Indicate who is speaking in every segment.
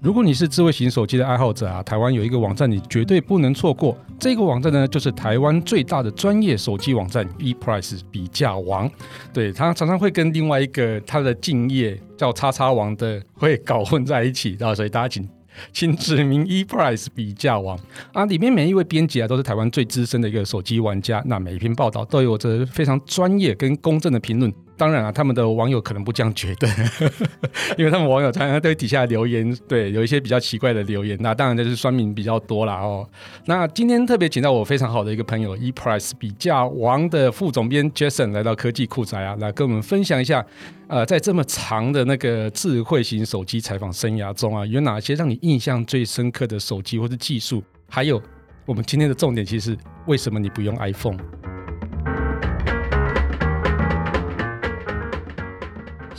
Speaker 1: 如果你是智慧型手机的爱好者啊，台湾有一个网站你绝对不能错过。这个网站呢，就是台湾最大的专业手机网站 ePrice 比价王。对，它常常会跟另外一个它的竞业叫叉叉王的会搞混在一起，啊，所以大家请请指明 ePrice 比价王啊，里面每一位编辑啊都是台湾最资深的一个手机玩家，那每一篇报道都有着非常专业跟公正的评论。当然啊，他们的网友可能不这样觉得， 因为他们网友常常对底下留言，对有一些比较奇怪的留言，那当然就是酸民比较多啦哦。那今天特别请到我非常好的一个朋友 ePrice 比价王的副总编 Jason 来到科技酷宅啊，来跟我们分享一下，呃，在这么长的那个智慧型手机采访生涯中啊，有哪些让你印象最深刻的手机或是技术？还有我们今天的重点其实为什么你不用 iPhone？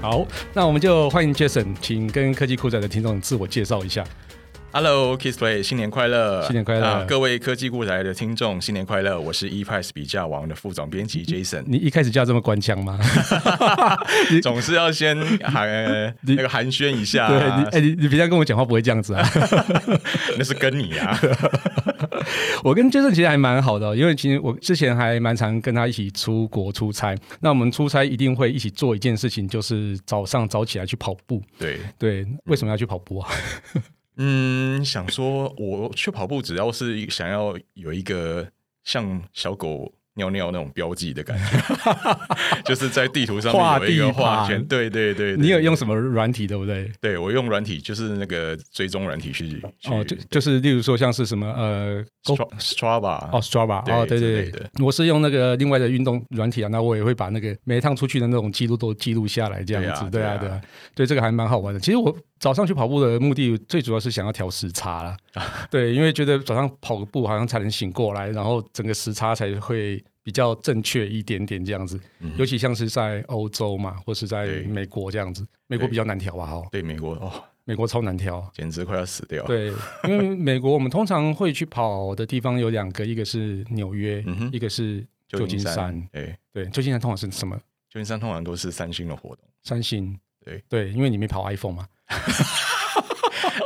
Speaker 1: 好，那我们就欢迎 Jason，请跟科技酷宅的听众自我介绍一下。
Speaker 2: Hello Kissplay，新年快乐！
Speaker 1: 新年快乐
Speaker 2: 啊各位科技故宅的听众，新年快乐！我是 ePrice 比价王的副总编辑 Jason，
Speaker 1: 你一开始就要这么官腔吗？
Speaker 2: 总是要先 寒呃
Speaker 1: 你
Speaker 2: 那个寒暄一下、
Speaker 1: 对你，
Speaker 2: 啊
Speaker 1: 哎、，你你平常跟我讲话不会这样子啊。
Speaker 2: 那是跟你啊，
Speaker 1: 我跟 Jason 其实还蛮好的哦，因为其实我之前还蛮常跟他一起出国出差。那我们出差一定会一起做一件事情，就是早上早起来去跑步。
Speaker 2: 对，
Speaker 1: 对，为什么要去跑步啊？
Speaker 2: 嗯，想说我去跑步，只要是想要有一个像小狗尿尿那种标记的感觉， 就是在地图上面有一
Speaker 1: 画
Speaker 2: 个
Speaker 1: 地
Speaker 2: 画
Speaker 1: 盘
Speaker 2: 圈，对对对对
Speaker 1: 你有用什么软体，对不对？
Speaker 2: 对我用软体，就是那个追踪软体去去
Speaker 1: 哦，就就是例如说像是什么呃，Go-
Speaker 2: Stra- Strava
Speaker 1: 哦，Strava，
Speaker 2: 啊对
Speaker 1: 哦，对
Speaker 2: 之
Speaker 1: 对
Speaker 2: 类
Speaker 1: 对
Speaker 2: 的，
Speaker 1: 我是用那个另外的运动软体啊，那我也会把那个每一趟出去的那种记录都记录下来，这样子，对
Speaker 2: 对
Speaker 1: 啊，
Speaker 2: 啊
Speaker 1: 对
Speaker 2: 对啊
Speaker 1: 啊，对这个还蛮好玩的。其实我早上去跑步的目的，最主要是想要调时差 啦，对，因为觉得早上跑个步好像才能醒过来，然后整个时差才会。比较正确一点点这样子，尤其像是在欧洲嘛，或是在
Speaker 2: 嗯对
Speaker 1: 美国这样子，美国
Speaker 2: 对
Speaker 1: 比较难调吧，哦，
Speaker 2: 对美国哦，
Speaker 1: 美国超难调，啊
Speaker 2: 简直快要死掉。，
Speaker 1: 对，因为美国我们通常会去跑的地方有两个，一个是纽约，
Speaker 2: 嗯哼
Speaker 1: 一个是旧
Speaker 2: 旧
Speaker 1: 金
Speaker 2: 金
Speaker 1: 山。
Speaker 2: 山，对，
Speaker 1: 对，旧金山通常是什么？
Speaker 2: 旧金山通常都是三星的活动。
Speaker 1: 三星。
Speaker 2: 对
Speaker 1: 对，因为你没跑 iPhone 嘛。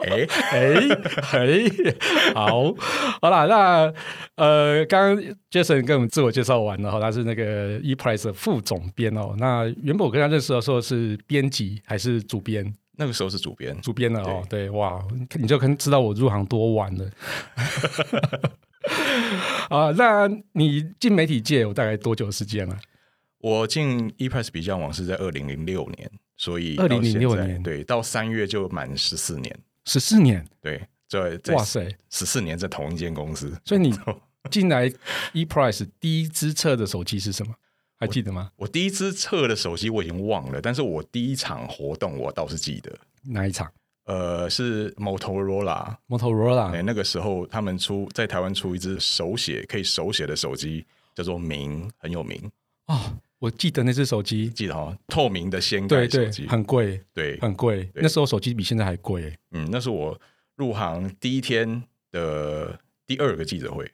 Speaker 2: 哎，
Speaker 1: 哎嘿，好，好啦，那呃，刚刚 Jason 跟我们自我介绍完了哈，他是那个 ePrice 的副总编哦。那原本我跟他认识的时候是编辑还是主编？
Speaker 2: 那个时候是主编，
Speaker 1: 主编了哦，对，哇，你就可能知道我入行多晚了。 啊，那你进媒体界有大概多久的时间啊了？
Speaker 2: 我进 E ePress 比较网是在二零零六年，所以
Speaker 1: 2006
Speaker 2: 到现在
Speaker 1: 年
Speaker 2: 对，到三月就满十四年，
Speaker 1: 十四年，
Speaker 2: 对，在在
Speaker 1: 哇塞！
Speaker 2: 十四年在同一间公司。
Speaker 1: 所以你进来 ePrice 第一支测的手机是什么？还记得吗？
Speaker 2: 我第一次测的手机我已经忘了，但是我第一场活动我倒是记得，
Speaker 1: 哪一场
Speaker 2: 呃，是 Motorola，哎、
Speaker 1: ？Motorola
Speaker 2: 那个时候他们出在台湾出一只手写可以手写的手机，叫做明，很有名，
Speaker 1: 哦，我记得那只手机，
Speaker 2: 记得哦，透明的掀
Speaker 1: 对
Speaker 2: 盖手
Speaker 1: 对
Speaker 2: 机，，
Speaker 1: 很贵，
Speaker 2: 对，
Speaker 1: 很贵。
Speaker 2: 对
Speaker 1: 那时候手机比现在还贵耶，
Speaker 2: 嗯，那是我入行第一天的第二个记者会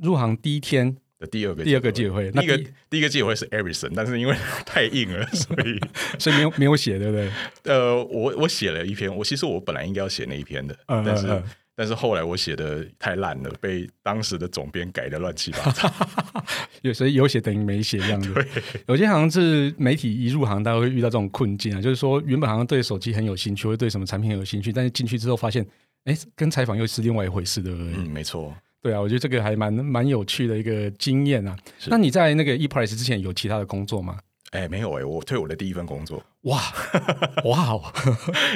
Speaker 1: 入行第一天
Speaker 2: 的第二个
Speaker 1: 第二个记者会
Speaker 2: 第一
Speaker 1: 那
Speaker 2: 个
Speaker 1: 第
Speaker 2: 第一个记者会是 Everson，但是因为 太硬了，所 以
Speaker 1: 所以没有没有写，对不对？
Speaker 2: 呃，我我写了一篇，我其实我本来应该要写那一篇的，
Speaker 1: 嗯
Speaker 2: 但是、
Speaker 1: 嗯嗯
Speaker 2: 但是后来我写的太烂了，被当时的总编改的乱七八糟。
Speaker 1: 有时候有写等于没写这样子。有些好像是媒体一入行，大家会遇到这种困境啊，就是说原本好像对手机很有兴趣，会对什么产品很有兴趣，但是进去之后发现，哎，跟采访又是另外一回事，对不对？
Speaker 2: 嗯，没错，
Speaker 1: 对啊，我觉得这个还蛮蛮有趣的一个经验啊。
Speaker 2: 是
Speaker 1: 那你在那个 ePrice 之前有其他的工作吗？
Speaker 2: 哎，没有哎，我退我的第一份 工作，
Speaker 1: 哇哇哦，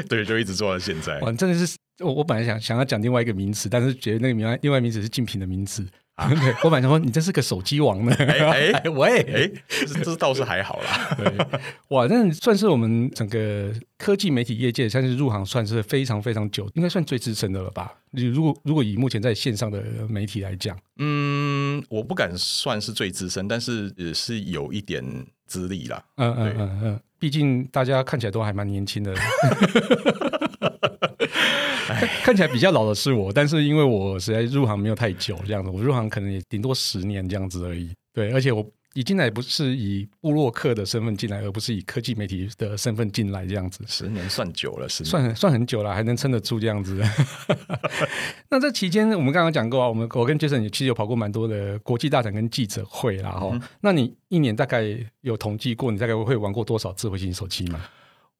Speaker 2: 对，就一直做到现在。
Speaker 1: 哇，真的是我我本来想想要讲另外一个名词，但是觉得那个名外另外一个名词是竞品的名词， 对我本来想说你真是个手机王呢。
Speaker 2: 啊哎哎
Speaker 1: 喂，
Speaker 2: 哎，这这倒是还好啦。
Speaker 1: 对，哇，那算是我们整个科技媒体业界算是入行算是非常非常久，应该算最资深的了吧？你如果如果以目前在线上的媒体来讲，
Speaker 2: 嗯，我不敢算是最资深，但是也是有一点资历啦。
Speaker 1: 嗯嗯嗯嗯，毕竟大家看起来都还蛮年轻的。 看看起来比较老的是我，但是因为我实在入行没有太久，这样子，我入行可能也顶多十年这样子而已。对，而且我一进来不是以布洛克的身份进来，而不是以科技媒体的身份进来这样子。
Speaker 2: 十年算久了，十年
Speaker 1: 算很算很久了，还能撑得住这样子。 那这期间，我们刚刚讲过啊，我们我跟 Jason 也其实有跑过蛮多的国际大展跟记者会啦，
Speaker 2: 嗯
Speaker 1: 哈、那你一年大概有统计过，你大概会玩过多少智慧型手机吗？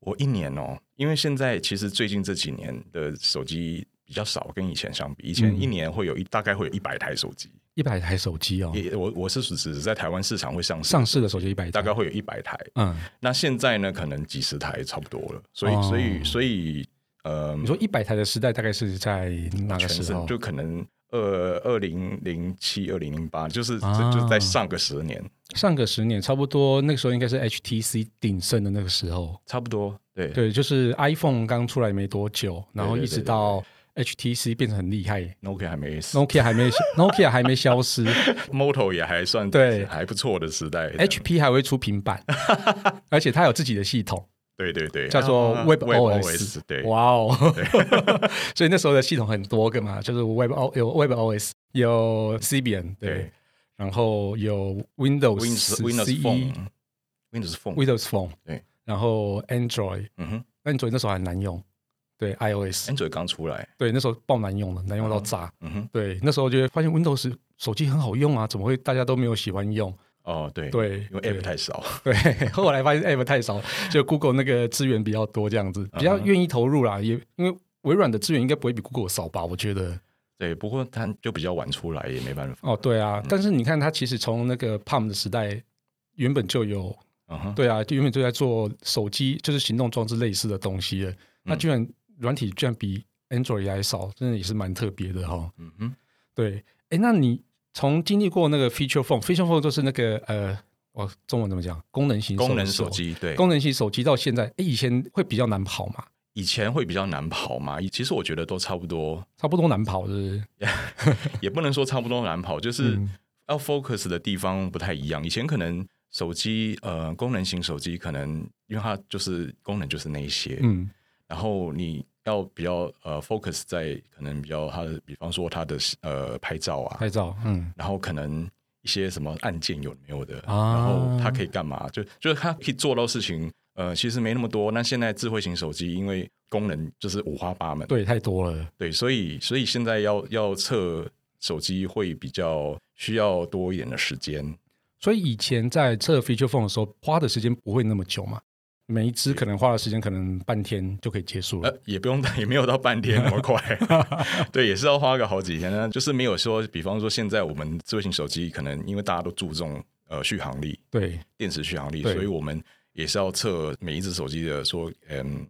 Speaker 2: 我一年哦，因为现在其实最近这几年的手机比较少，跟以前相比，以前
Speaker 1: 嗯
Speaker 2: 一年会有一大概会有一百台手机，
Speaker 1: 一百台手机哦，
Speaker 2: 也我我是指指在台湾市场会上市，
Speaker 1: 上市的手机一百
Speaker 2: 大概会有一百台。
Speaker 1: 嗯，
Speaker 2: 那现在呢，可能几十台差不多了，所以、
Speaker 1: 哦
Speaker 2: 所以所以呃
Speaker 1: 你，说一百台的时代大概是哦在哪个
Speaker 2: 全
Speaker 1: 时
Speaker 2: 是
Speaker 1: 候？
Speaker 2: 就可能。呃，二零零七、二零零八，就是、
Speaker 1: 啊
Speaker 2: 就就在上个十年，
Speaker 1: 上个十年，差不多那个时候应该是 HTC 鼎盛的那个时候。
Speaker 2: 差不多，对
Speaker 1: 对，就是 iPhone 刚出来没多久，然后
Speaker 2: 对对
Speaker 1: 一
Speaker 2: 对
Speaker 1: 直到 HTC 变成很厉害
Speaker 2: n o k i 还没死
Speaker 1: ，Nokia 还没 Nokia 还没消 失。
Speaker 2: ，Moto 也还算
Speaker 1: 对
Speaker 2: 还不错的时代
Speaker 1: HP 还会出平 板，而且它有自己的系统，
Speaker 2: 对对对，
Speaker 1: 叫做
Speaker 2: 啊
Speaker 1: WebOS。
Speaker 2: 对，
Speaker 1: 哇哦！ 所以那时候的系统很多个嘛，就是 Web O 有 WebOS，有 Debian，对
Speaker 2: 对，
Speaker 1: 然后有 Windows、
Speaker 2: Windows
Speaker 1: 11
Speaker 2: Windows Phone、Windows Phone，
Speaker 1: Windows Phone，
Speaker 2: 对，
Speaker 1: 然后 Android，Android
Speaker 2: 嗯哼
Speaker 1: 那时候很难用，对 iOS，
Speaker 2: ，Android 刚出来，
Speaker 1: 对，那时候爆难用了，难用到炸。
Speaker 2: 嗯哼，
Speaker 1: 对，那时候就会发现 Windows 手机很好用啊，怎么会大家都没有喜欢用？
Speaker 2: 哦对，
Speaker 1: 对，
Speaker 2: 因为
Speaker 1: 对
Speaker 2: App 太少，
Speaker 1: 对， 后来发现 App 太少，就 Google 那个资源比较多，这样
Speaker 2: 嗯
Speaker 1: 子比较愿意投入啦。也因为微软的资源应该不会比 Google 少吧？我觉得。
Speaker 2: 对，不过它就比较晚出来，也没办法，
Speaker 1: 哦，对啊，但是你看，它其实从那个 Palm 的时代原本就有，
Speaker 2: 嗯哼，
Speaker 1: 对啊，就原本就在做手机，就是行动装置类似的东西
Speaker 2: 嗯
Speaker 1: 了。那居然软体居然比 Android 还少，真的也是蛮特别的哈、
Speaker 2: 嗯哼，
Speaker 1: 对，哎，那你从经历过那个 Feature Phone，Feature Phone 就是那个呃，我中文怎么讲？功能型
Speaker 2: 功能手。机对，
Speaker 1: 功能型手机到现在，哎，以前会比较难跑嘛，
Speaker 2: 以前会比较难跑嘛，其实我觉得都差不 多，
Speaker 1: 差不多难跑是不是？
Speaker 2: 也不能说差不多难跑，就是
Speaker 1: 嗯
Speaker 2: 要 focus 的地方不太一样，以前可能。手机呃，功能型手机可能因为它就是功能就是那一些，
Speaker 1: 嗯
Speaker 2: 然后你要比较呃 focus 在可能比较它的，比方说它的呃拍照啊，
Speaker 1: 拍照，嗯
Speaker 2: 然后可能一些什么按键有没有的，
Speaker 1: 啊
Speaker 2: 然后它可以干嘛？就就是它可以做到事情，呃，其实没那么多。那现在智慧型手机因为功能就是五花八门，
Speaker 1: 对，太多了，
Speaker 2: 对所以所以现在要要测手机会比较需要多一点的时间。
Speaker 1: 所以以前在测 feature phone 的时候，花的时间不会那么久嘛，每一支可能花的时间可能半天就可以结束了。
Speaker 2: 呃，也不用，也没有到 半天那么快， 对，也是要花个好几天呢。就是没有说，比方说现在我们智慧型手机可能因为大家都注重呃续航力，
Speaker 1: 对，
Speaker 2: 电池续航力，
Speaker 1: 对
Speaker 2: 所以我们也是要测每一只手机的说，嗯，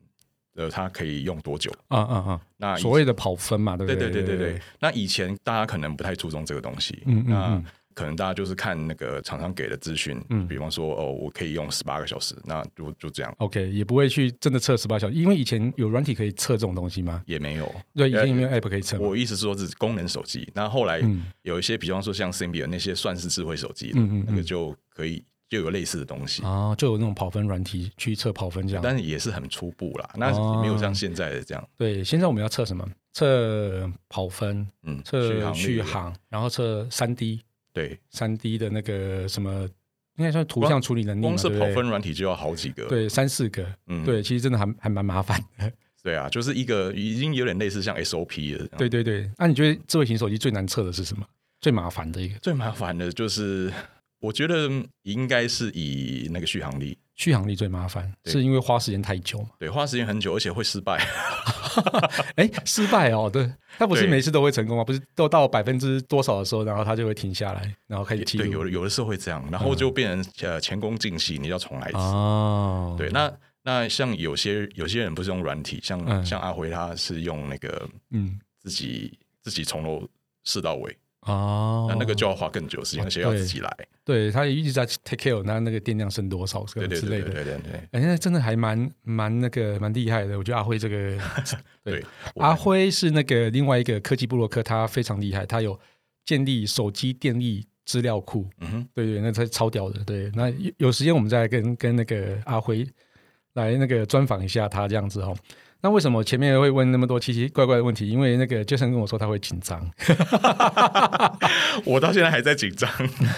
Speaker 2: 呃，它可以用多久。
Speaker 1: 啊啊
Speaker 2: 那
Speaker 1: 啊，
Speaker 2: 以
Speaker 1: 所谓的跑分嘛，对不
Speaker 2: 对对
Speaker 1: 对
Speaker 2: 对对对，那以前大家可能不太注重这个东西，
Speaker 1: 嗯嗯
Speaker 2: 那
Speaker 1: 嗯
Speaker 2: 可能大家就是看那个厂商给的资讯，
Speaker 1: 嗯
Speaker 2: 比方说哦，我可以用十八个小时，那就就这样，
Speaker 1: OK，也不会去真的测十八小时，因为以前有软体可以测这种东西吗？
Speaker 2: 也没有。
Speaker 1: 对，以前
Speaker 2: 呃
Speaker 1: 有没有 app 可以测嘛？
Speaker 2: 我意思说是功能手机，那后来
Speaker 1: 嗯
Speaker 2: 有一些，比方说像 Symbian 那些算是智慧手机的，
Speaker 1: 嗯嗯嗯
Speaker 2: 那个就可以就有类似的东西，
Speaker 1: 啊，就有那种跑分软体去测跑分这样。
Speaker 2: 但是也是很初步啦，那
Speaker 1: 哦
Speaker 2: 没有像现在的这样，
Speaker 1: 对，现在我们要测什么？测跑分，
Speaker 2: 嗯，
Speaker 1: 测哦续
Speaker 2: 力
Speaker 1: 航，然后测三 D
Speaker 2: 对，
Speaker 1: 三 D 的那个什么，应该算图像处理能力嘛，
Speaker 2: 光是
Speaker 1: 对
Speaker 2: 跑
Speaker 1: 不对
Speaker 2: 分软体就要好几个，
Speaker 1: 对三四个，
Speaker 2: 嗯
Speaker 1: 对，其实真的还还蛮麻烦的。
Speaker 2: 对啊，就是一个已经有点类似像 SOP 了。
Speaker 1: 对，对对，那、你觉得智慧型手机最难测的是什么？最麻烦的一个
Speaker 2: 最麻烦的就是我觉得应该是以那个续航力，
Speaker 1: 续航力最麻烦，
Speaker 2: 对
Speaker 1: 是因为花时间太久嘛？
Speaker 2: 对，花时间很久，而且会 失败。
Speaker 1: 哎，失败哦，对，它不是
Speaker 2: 对
Speaker 1: 每次都会成功吗？不是都到百分之多少的时候，然后它就会停下来，然后开始记
Speaker 2: 对，有
Speaker 1: 录
Speaker 2: 的有的时候会这样，然后就变成呃前功尽弃，你要重来一次。
Speaker 1: 哦，
Speaker 2: 对，那那像有些有些人不是用软体，像、
Speaker 1: 嗯
Speaker 2: 像阿辉他是用那个
Speaker 1: 嗯
Speaker 2: 自己自己从头试到尾，
Speaker 1: 哦
Speaker 2: 那那个就要花更久的时间，
Speaker 1: 哦
Speaker 2: 而且要自己来。
Speaker 1: 对，他也一直在 take care，那那个电量剩多少什
Speaker 2: 对
Speaker 1: 么
Speaker 2: 对
Speaker 1: 之
Speaker 2: 对
Speaker 1: 类
Speaker 2: 对
Speaker 1: 的。
Speaker 2: 对对对。
Speaker 1: 哎，那真的还蛮蛮那个蛮厉害的，我觉得阿辉这 个对
Speaker 2: 对
Speaker 1: 阿辉是那个另外一个科技布洛克，他非常厉害，他有建立手机电力资料库，
Speaker 2: 嗯哼，
Speaker 1: 对对，那才超屌的。对，那有有时间我们再来跟跟那个阿辉来那个专访一下他这样子哦。那为什么前面会问那么多奇奇怪怪的问题？因为那个 Jason 跟我说他会紧张，
Speaker 2: 我到现在还在紧张，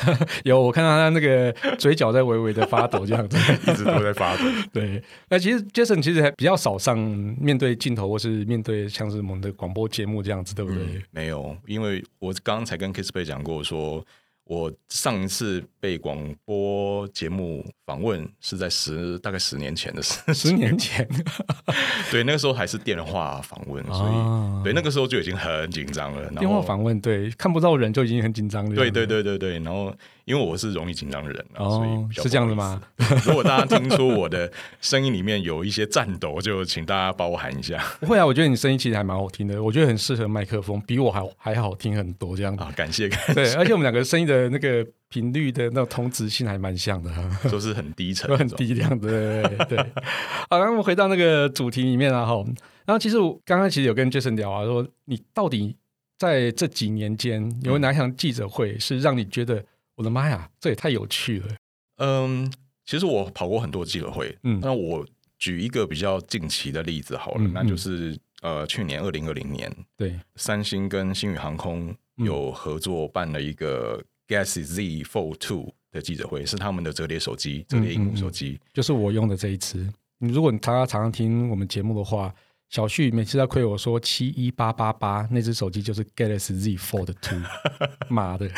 Speaker 1: 有我看到他那个嘴角在微微的发抖这样子。
Speaker 2: 一直都在发抖。
Speaker 1: 对，那其实 Jason 其实还比较少上面对镜头，或是面对像是我们的广播节目这样子，对不对？
Speaker 2: 嗯，没有，因为我刚刚才跟 Kiss 贝讲过说。我上一次被广播节目访问是在十大概十年前的事，
Speaker 1: 十年前，
Speaker 2: 对，那个时候还是电话访问，所以、
Speaker 1: 啊
Speaker 2: 对那个时候就已经很紧张了。然 后
Speaker 1: 电话访问，对，看不到人就已经很紧张了。
Speaker 2: 对对，对对对，然后因为我是容易紧张的人、啊，所以
Speaker 1: 哦
Speaker 2: 比，较
Speaker 1: 是这样子
Speaker 2: 不好意
Speaker 1: 吗？
Speaker 2: 思？如果大家听出我的声音里面有一些颤抖，就请大家包涵一下
Speaker 1: 不会啊，我觉得你声音其实还蛮好听的，我觉得很适合麦克风，比我还还好听很多这样子。
Speaker 2: 啊！感谢，
Speaker 1: 对，而且我们两个声音的那个频率的那种同质性还蛮像的、
Speaker 2: 都是很低沉
Speaker 1: 都
Speaker 2: 那
Speaker 1: 很
Speaker 2: 种，
Speaker 1: 低量的，对对。好，那我们回到那个主题里面啊，哈。然后其实我刚刚其实有跟 Jason 聊啊，说你到底在这几年间有没有哪一场记者会是让你觉得我的妈呀，这也太有趣了？
Speaker 2: 嗯，其实我跑过很多记者会，
Speaker 1: 嗯
Speaker 2: 那我举一个比较近期的例子好了，
Speaker 1: 嗯
Speaker 2: 那就是呃，去年二零二零年，
Speaker 1: 对，
Speaker 2: 三星跟星宇航空
Speaker 1: 嗯
Speaker 2: 有合作办了一个 Galaxy Z Fold Two 的记者会，是他们的折叠手机、折叠荧
Speaker 1: 嗯
Speaker 2: 幕手机。
Speaker 1: 就是我用的这一支。你如果你常常常常听我们节目的话，小旭每次在亏我说七一八八八那只手机就是 Galaxy Z Fold Two，妈的！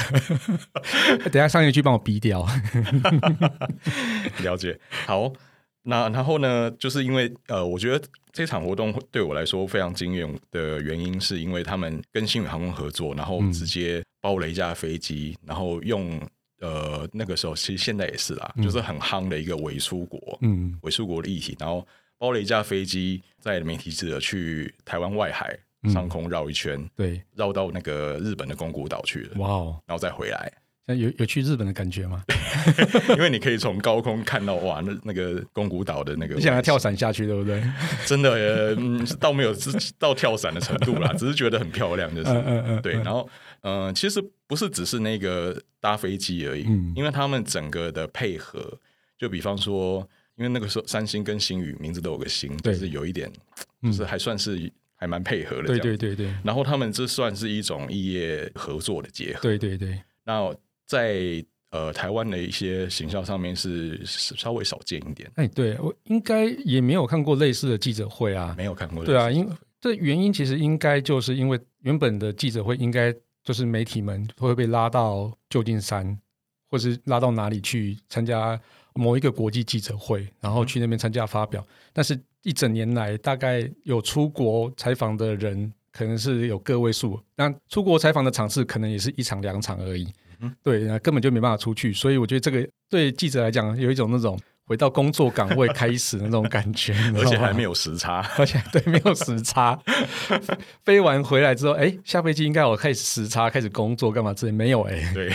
Speaker 1: 等一下上一句帮我逼掉。
Speaker 2: 了解，好。那然后呢，就是因为呃，我觉得这场活动对我来说非常惊艳的原因，是因为他们跟星宇航空合作，然后
Speaker 1: 嗯
Speaker 2: 直接包了一架飞机，然后用呃那个时候其实现在也是啦，
Speaker 1: 嗯
Speaker 2: 就是很夯的一个伪出国，
Speaker 1: 嗯，
Speaker 2: 伪出国的议题，然后包了一架飞机，在媒体记者去台湾外海
Speaker 1: 嗯
Speaker 2: 上空绕一圈，
Speaker 1: 对，
Speaker 2: 绕到那个日本的宫古岛去了，
Speaker 1: 哇哦，
Speaker 2: 然后再回来，
Speaker 1: 像有有去日本的感觉吗？
Speaker 2: 因为你可以从高空看到哇，那那个宫古岛的那个
Speaker 1: 你想要
Speaker 2: 外
Speaker 1: 跳伞下去，对不对？
Speaker 2: 真的，呃嗯，倒没有是到跳伞的程度啦，只是觉得很漂亮， 就是、
Speaker 1: 嗯嗯嗯，
Speaker 2: 对。然后，嗯、其实不是只是那个搭飞机而已，
Speaker 1: 嗯
Speaker 2: 因为他们整个的配合，就比方说，因为那个时候三星跟星宇名字都有个星，
Speaker 1: 对
Speaker 2: 就是有一点，
Speaker 1: 嗯
Speaker 2: 就是还算是还蛮配合的，
Speaker 1: 对对。对对
Speaker 2: 然后他们这算是一种异业合作的结合。
Speaker 1: 对对对，
Speaker 2: 那在呃台湾的一些行销上面是是稍微少见一点，
Speaker 1: 哎，对我应该也没有看过类似的记者会啊。
Speaker 2: 没有看过这
Speaker 1: 对啊，
Speaker 2: 个
Speaker 1: 因这原因其实应该就是因为原本的记者会应该就是媒体们会被拉到旧金山，或是拉到哪里去参加某一个国际记者会，然
Speaker 2: 嗯
Speaker 1: 后去那边参加发表。但是一整年来，大概有出国采访的人可能是有个位数，那出国采访的场次可能也是一场两场而已。
Speaker 2: 嗯
Speaker 1: 对，那根本就没办法出去，所以我觉得这个对记者来讲有一种那种回到工作岗位开始的那种感觉，
Speaker 2: 而且还
Speaker 1: 有。啊
Speaker 2: 没有时差。
Speaker 1: 而且对没有时差， 飞完回来之后，哎，下飞机应该我开始时差，开始工作干嘛之类，没有哎。
Speaker 2: 对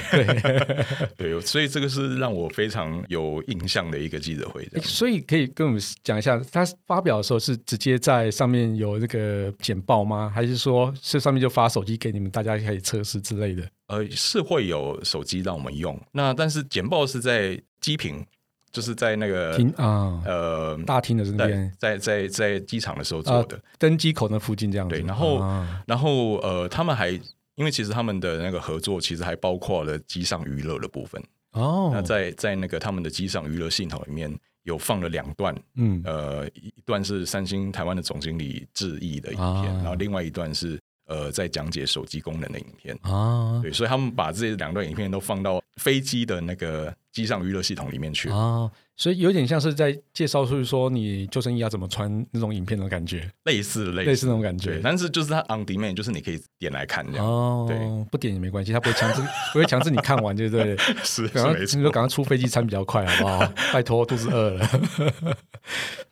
Speaker 2: 对，所以这个是让我非常有印象的一个记者会，
Speaker 1: 诶
Speaker 2: 这样
Speaker 1: 所以可以跟我们讲一下，他发表的时候是直接在上面有那个简报吗？还是说是上面就发手机给你们，大家可以测试之类的？
Speaker 2: 呃是会有手机让我们用，那但是简报是在机坪，就是在那个
Speaker 1: 厅啊，
Speaker 2: 呃
Speaker 1: 大厅的那
Speaker 2: 在
Speaker 1: 边，
Speaker 2: 在在在机场的时候做
Speaker 1: 啊
Speaker 2: 的，，
Speaker 1: 登机口那附近这样子。
Speaker 2: 对然后
Speaker 1: 啊
Speaker 2: 然后呃他们还因为其实他们的那个合作其实还包括了机上娱乐的部分，那
Speaker 1: 哦，
Speaker 2: 在在那个他们的机上娱乐系统里面有放了两段
Speaker 1: 嗯
Speaker 2: 呃，一一段是三星台湾的总经理致意的影片，
Speaker 1: 啊
Speaker 2: 然后另外一段是呃在讲解手机功能的影片。
Speaker 1: 啊
Speaker 2: 对，所以他们把这两段影片都放到飞机的那个机上娱乐系统里面去。
Speaker 1: 啊，所以有点像是在介绍，就是说你救生衣要怎么穿那种影片的感觉，
Speaker 2: 类似类似
Speaker 1: 类似那种感觉
Speaker 2: 对，。但是就是它 on demand，就是你可以点来看这样，
Speaker 1: 哦，
Speaker 2: 对，
Speaker 1: 不点也没关系，他不会强制， 不会强制你看完，对不 对了？
Speaker 2: 是是
Speaker 1: 赶快，
Speaker 2: 没
Speaker 1: 你
Speaker 2: 错
Speaker 1: 就。赶快出飞机餐比较快，好不 好？拜托，肚子饿了。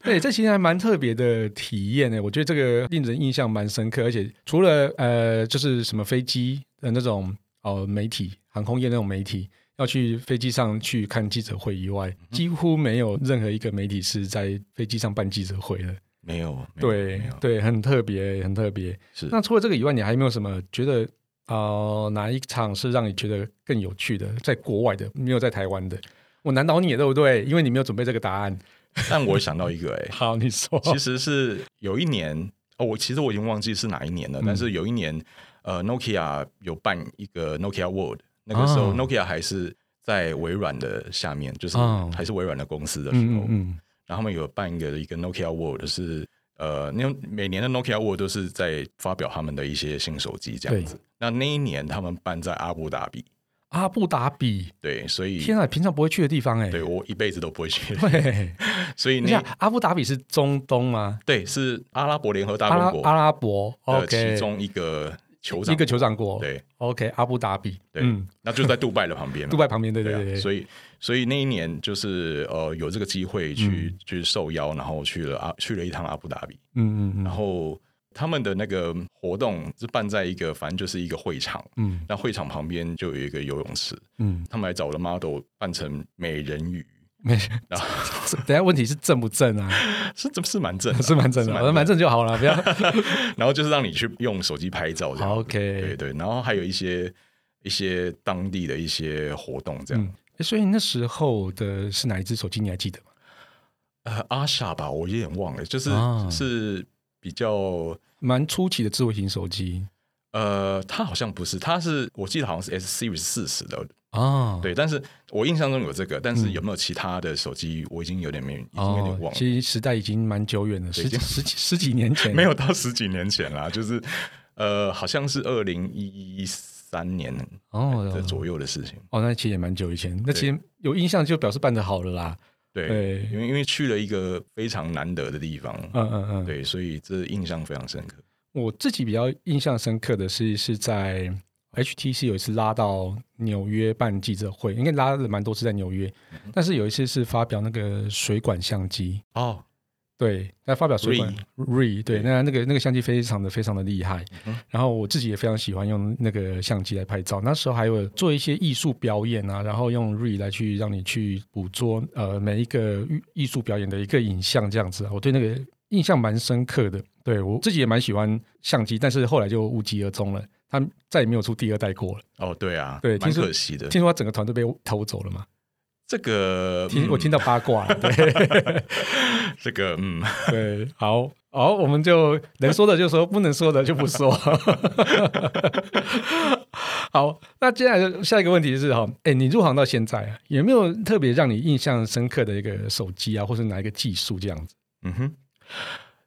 Speaker 1: 对，这其实还蛮特别的体验欸呢。我觉得这个令人印象蛮深刻，而且除了呃，就是什么飞机的那种呃媒体、航空业那种媒体要去飞机上去看记者会以
Speaker 2: 嗯
Speaker 1: 外，几乎没有任何一个媒体是在飞机上办记者会的。
Speaker 2: 没有，没有
Speaker 1: 对
Speaker 2: 没有，
Speaker 1: 对，很特别，很特别。
Speaker 2: 是
Speaker 1: 那除了这个以外，你还有没有什么觉得呃哪一场是让你觉得更有趣的？在国外的，没有在台湾的，我难倒你了，对不对？因为你没有准备这个答 案。
Speaker 2: 但我想到 一个、欸，
Speaker 1: 好，你说。
Speaker 2: 其实是有一年哦，我其实我已经忘记是哪一年了，
Speaker 1: 嗯
Speaker 2: 但是有一年，呃，Nokia 有办一个 Nokia World，那个时候
Speaker 1: 啊
Speaker 2: Nokia 还是在微软的下面，就是
Speaker 1: 啊
Speaker 2: 还是微软的公司的时候，
Speaker 1: 嗯嗯嗯，
Speaker 2: 然后他们有办一个一个 Nokia World 是。呃，那每年的 Nokia World 都是在发表他们的一些新手机这样
Speaker 1: 对
Speaker 2: 子。那那一年他们办在阿布达比，
Speaker 1: 阿布达比，
Speaker 2: 对，所以
Speaker 1: 天啊，平常不会去的地方哎、
Speaker 2: 对我一辈子都不会去。
Speaker 1: 对，
Speaker 2: 所 以
Speaker 1: 你想
Speaker 2: 那
Speaker 1: 阿布达比是中东吗？
Speaker 2: 对是阿拉伯联合大
Speaker 1: 阿拉
Speaker 2: 公国
Speaker 1: 阿拉伯
Speaker 2: 的
Speaker 1: ，OK，
Speaker 2: 其中一个酋长
Speaker 1: 一个酋长国，
Speaker 2: 对
Speaker 1: ，OK，阿布达比，嗯
Speaker 2: 对，那就在杜拜的旁边 嘛，
Speaker 1: 杜拜旁边，对
Speaker 2: 对
Speaker 1: 对
Speaker 2: 啊，
Speaker 1: 对，
Speaker 2: 所以所以那一年就是呃有这个机会去、去受邀，然后去了阿去了一趟阿布达比，
Speaker 1: 嗯嗯
Speaker 2: 然
Speaker 1: 嗯
Speaker 2: 后他们的那个活动是办在一个反正就是一个会场，
Speaker 1: 嗯
Speaker 2: 那会场旁边就有一个游泳池，
Speaker 1: 嗯，
Speaker 2: 他们还找了 model 扮成美人鱼，
Speaker 1: 没事。
Speaker 2: 然后
Speaker 1: 这嗯 等一下问题是正不正啊？
Speaker 2: 是这是蛮正的啊，
Speaker 1: 是蛮正的，蛮正就好了，不 要。
Speaker 2: 然后就是让你去用手机拍照这样
Speaker 1: 好
Speaker 2: 子
Speaker 1: OK
Speaker 2: 对对，然后还有一些一些当地的一些活动这样。
Speaker 1: 嗯，诶所以那时候的是哪一只手机？你还记得吗？
Speaker 2: 呃，阿夏吧，我有点忘了，就是、
Speaker 1: 啊
Speaker 2: 是比较
Speaker 1: 蛮初期的智慧型手机
Speaker 2: 呃，它好像不是，它是我记得好像是 S Series 四十的，
Speaker 1: 啊，
Speaker 2: 对，但是我印象中有这个，但是有没有其他的手机，我已经有点没，已经有点
Speaker 1: 嗯哦
Speaker 2: 忘，了，
Speaker 1: 其实时代已经蛮久远了，十
Speaker 2: 已
Speaker 1: 几
Speaker 2: 经
Speaker 1: 十几十几年 前，
Speaker 2: 没有到十几年前啦，就是呃，好像是二零一三年的
Speaker 1: 哦
Speaker 2: 左右的事情，
Speaker 1: 哦，那其实也蛮久以前，那其实有印象就表示办的好了啦，
Speaker 2: 对，
Speaker 1: 对
Speaker 2: 因为因为去了一个非常难得的地方，
Speaker 1: 嗯嗯嗯，
Speaker 2: 对，所以这印象非常深刻。
Speaker 1: 我自己比较印象深刻的是是在 HTC 有一次拉到纽约办记者会，应该拉了蛮多次在纽约，但是有一次是发表那个水管相机，
Speaker 2: 哦，
Speaker 1: 对，那发表水管 Re 对，嗯那那个那个相机非常的非常的厉害，然后我自己也非常喜欢用那个相机来拍照。那时候还有做一些艺术表演啊，然后用 Re 来去让你去捕捉呃每一个艺艺术表演的一个影像这样子啊，我对那个印象蛮深刻的。对我自己也蛮喜欢相机，但是后来就无疾而终了，他再也没有出第二代过了。
Speaker 2: 哦，对啊，
Speaker 1: 对听
Speaker 2: 蛮
Speaker 1: 说
Speaker 2: 可惜的。
Speaker 1: 听说他整个团队被偷走了嘛？
Speaker 2: 这个嗯
Speaker 1: 听、我听
Speaker 2: 到
Speaker 1: 到八卦了，对。
Speaker 2: 这个，嗯，
Speaker 1: 对，好，好，我们就能说的就说，不能说的就不说。 好，那接下来就下一个问题就是哈，哎，你入行到现在啊，有没有特别让你印象深刻的一个手机啊，或是哪一个技术这样子？
Speaker 2: 嗯哼，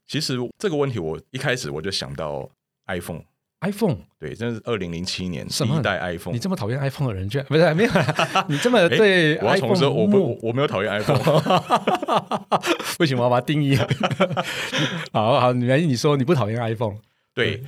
Speaker 2: 其实这个问题我一开始我就想到 iPhone，
Speaker 1: iPhone，
Speaker 2: 对，这是二零零七年
Speaker 1: 什
Speaker 2: 第
Speaker 1: 么
Speaker 2: 一代 iPhone。
Speaker 1: 你这么讨厌 iPhone 的人，居然不 是没有啦，你这么
Speaker 2: 诶
Speaker 1: 对
Speaker 2: 我要
Speaker 1: iPhone
Speaker 2: 重申，我
Speaker 1: 漠
Speaker 2: 不，我没有讨厌 iPhone，
Speaker 1: 为什么要把它定义？ 好好，你来，你说你不讨厌 iPhone，
Speaker 2: 对，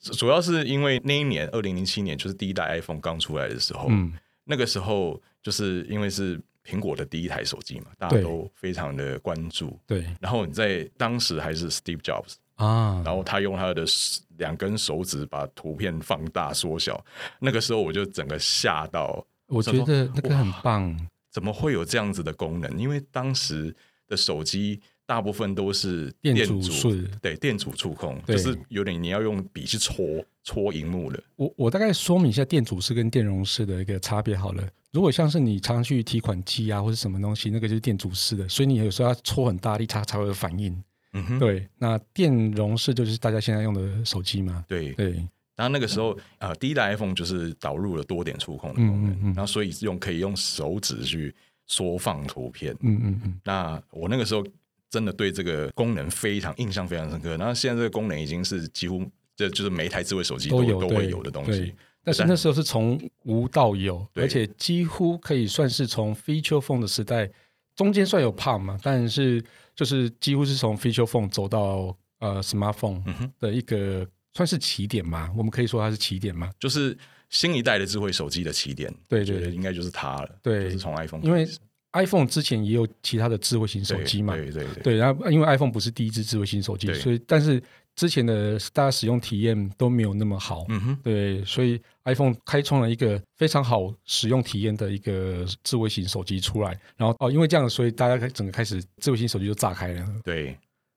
Speaker 2: 主要是因为那一年二零零七年就是第一代 iPhone 刚出来的时候，
Speaker 1: 嗯
Speaker 2: 那个时候就是因为是苹果的第一台手机嘛，大家
Speaker 1: 对
Speaker 2: 都非常的关注。
Speaker 1: 对
Speaker 2: 然后你在当时还是 Steve Jobs，
Speaker 1: 啊，
Speaker 2: 然后他用他的手两根手指把图片放大缩小，那个时候我就整个吓到，
Speaker 1: 我觉
Speaker 2: 想说
Speaker 1: 得那个很棒，
Speaker 2: 怎么会有这样子的功能？因为当时的手机大部分都是
Speaker 1: 电
Speaker 2: 电
Speaker 1: 阻是
Speaker 2: 对电阻触控，
Speaker 1: 对
Speaker 2: 就是有点你要用笔去戳戳荧幕的。
Speaker 1: 我我大概说明一下电阻式跟电容式的一个差别好了。如果像是你常去提款机啊或者什么东西，那个就是电阻式的，所以你有时候要搓很大力，它才会有反应。
Speaker 2: 嗯哼，
Speaker 1: 对，那电容式就是大家现在用的手机嘛。
Speaker 2: 对
Speaker 1: 对，
Speaker 2: 然后那个时候，呃，第一代 iPhone 就是导入了多点触控的功
Speaker 1: 嗯
Speaker 2: 能，
Speaker 1: 嗯嗯
Speaker 2: 然后所以用可以用手指去缩放图片。
Speaker 1: 嗯嗯嗯，
Speaker 2: 那我那个时候真的对这个功能非常印象非常深刻。然后现在这个功能已经是几乎这就是每一台智慧手机都
Speaker 1: 都有
Speaker 2: 都
Speaker 1: 对
Speaker 2: 会有的东西
Speaker 1: 对。但是那时候是从无到有，
Speaker 2: 对
Speaker 1: 而且几乎可以算是从 feature phone 的时代中间算有 p 嘛，但是就是几乎是从 feature phone 走到呃 smartphone
Speaker 2: 嗯哼，
Speaker 1: 的一个算是起点嘛，我们可以说它是起点嘛。
Speaker 2: 就是新一代的智慧手机的起点，
Speaker 1: 对
Speaker 2: 我觉
Speaker 1: 对
Speaker 2: 得应该就是它了。
Speaker 1: 对
Speaker 2: 就是从 iPhone
Speaker 1: 因为
Speaker 2: 开始
Speaker 1: iPhone 之前也有其他的智慧型手
Speaker 2: 对
Speaker 1: 机嘛，
Speaker 2: 对对对
Speaker 1: 对，然后因为 iPhone 不是第一支智慧型手机，
Speaker 2: 对
Speaker 1: 所以但是之前的大家使用体验都没有那么好。
Speaker 2: 嗯哼，
Speaker 1: 对，所以 iPhone 开创了一个非常好使用体验的一个智慧型手机出来，然后哦，因为这样，所以大家开整个开始智慧型手机就炸开了。
Speaker 2: 对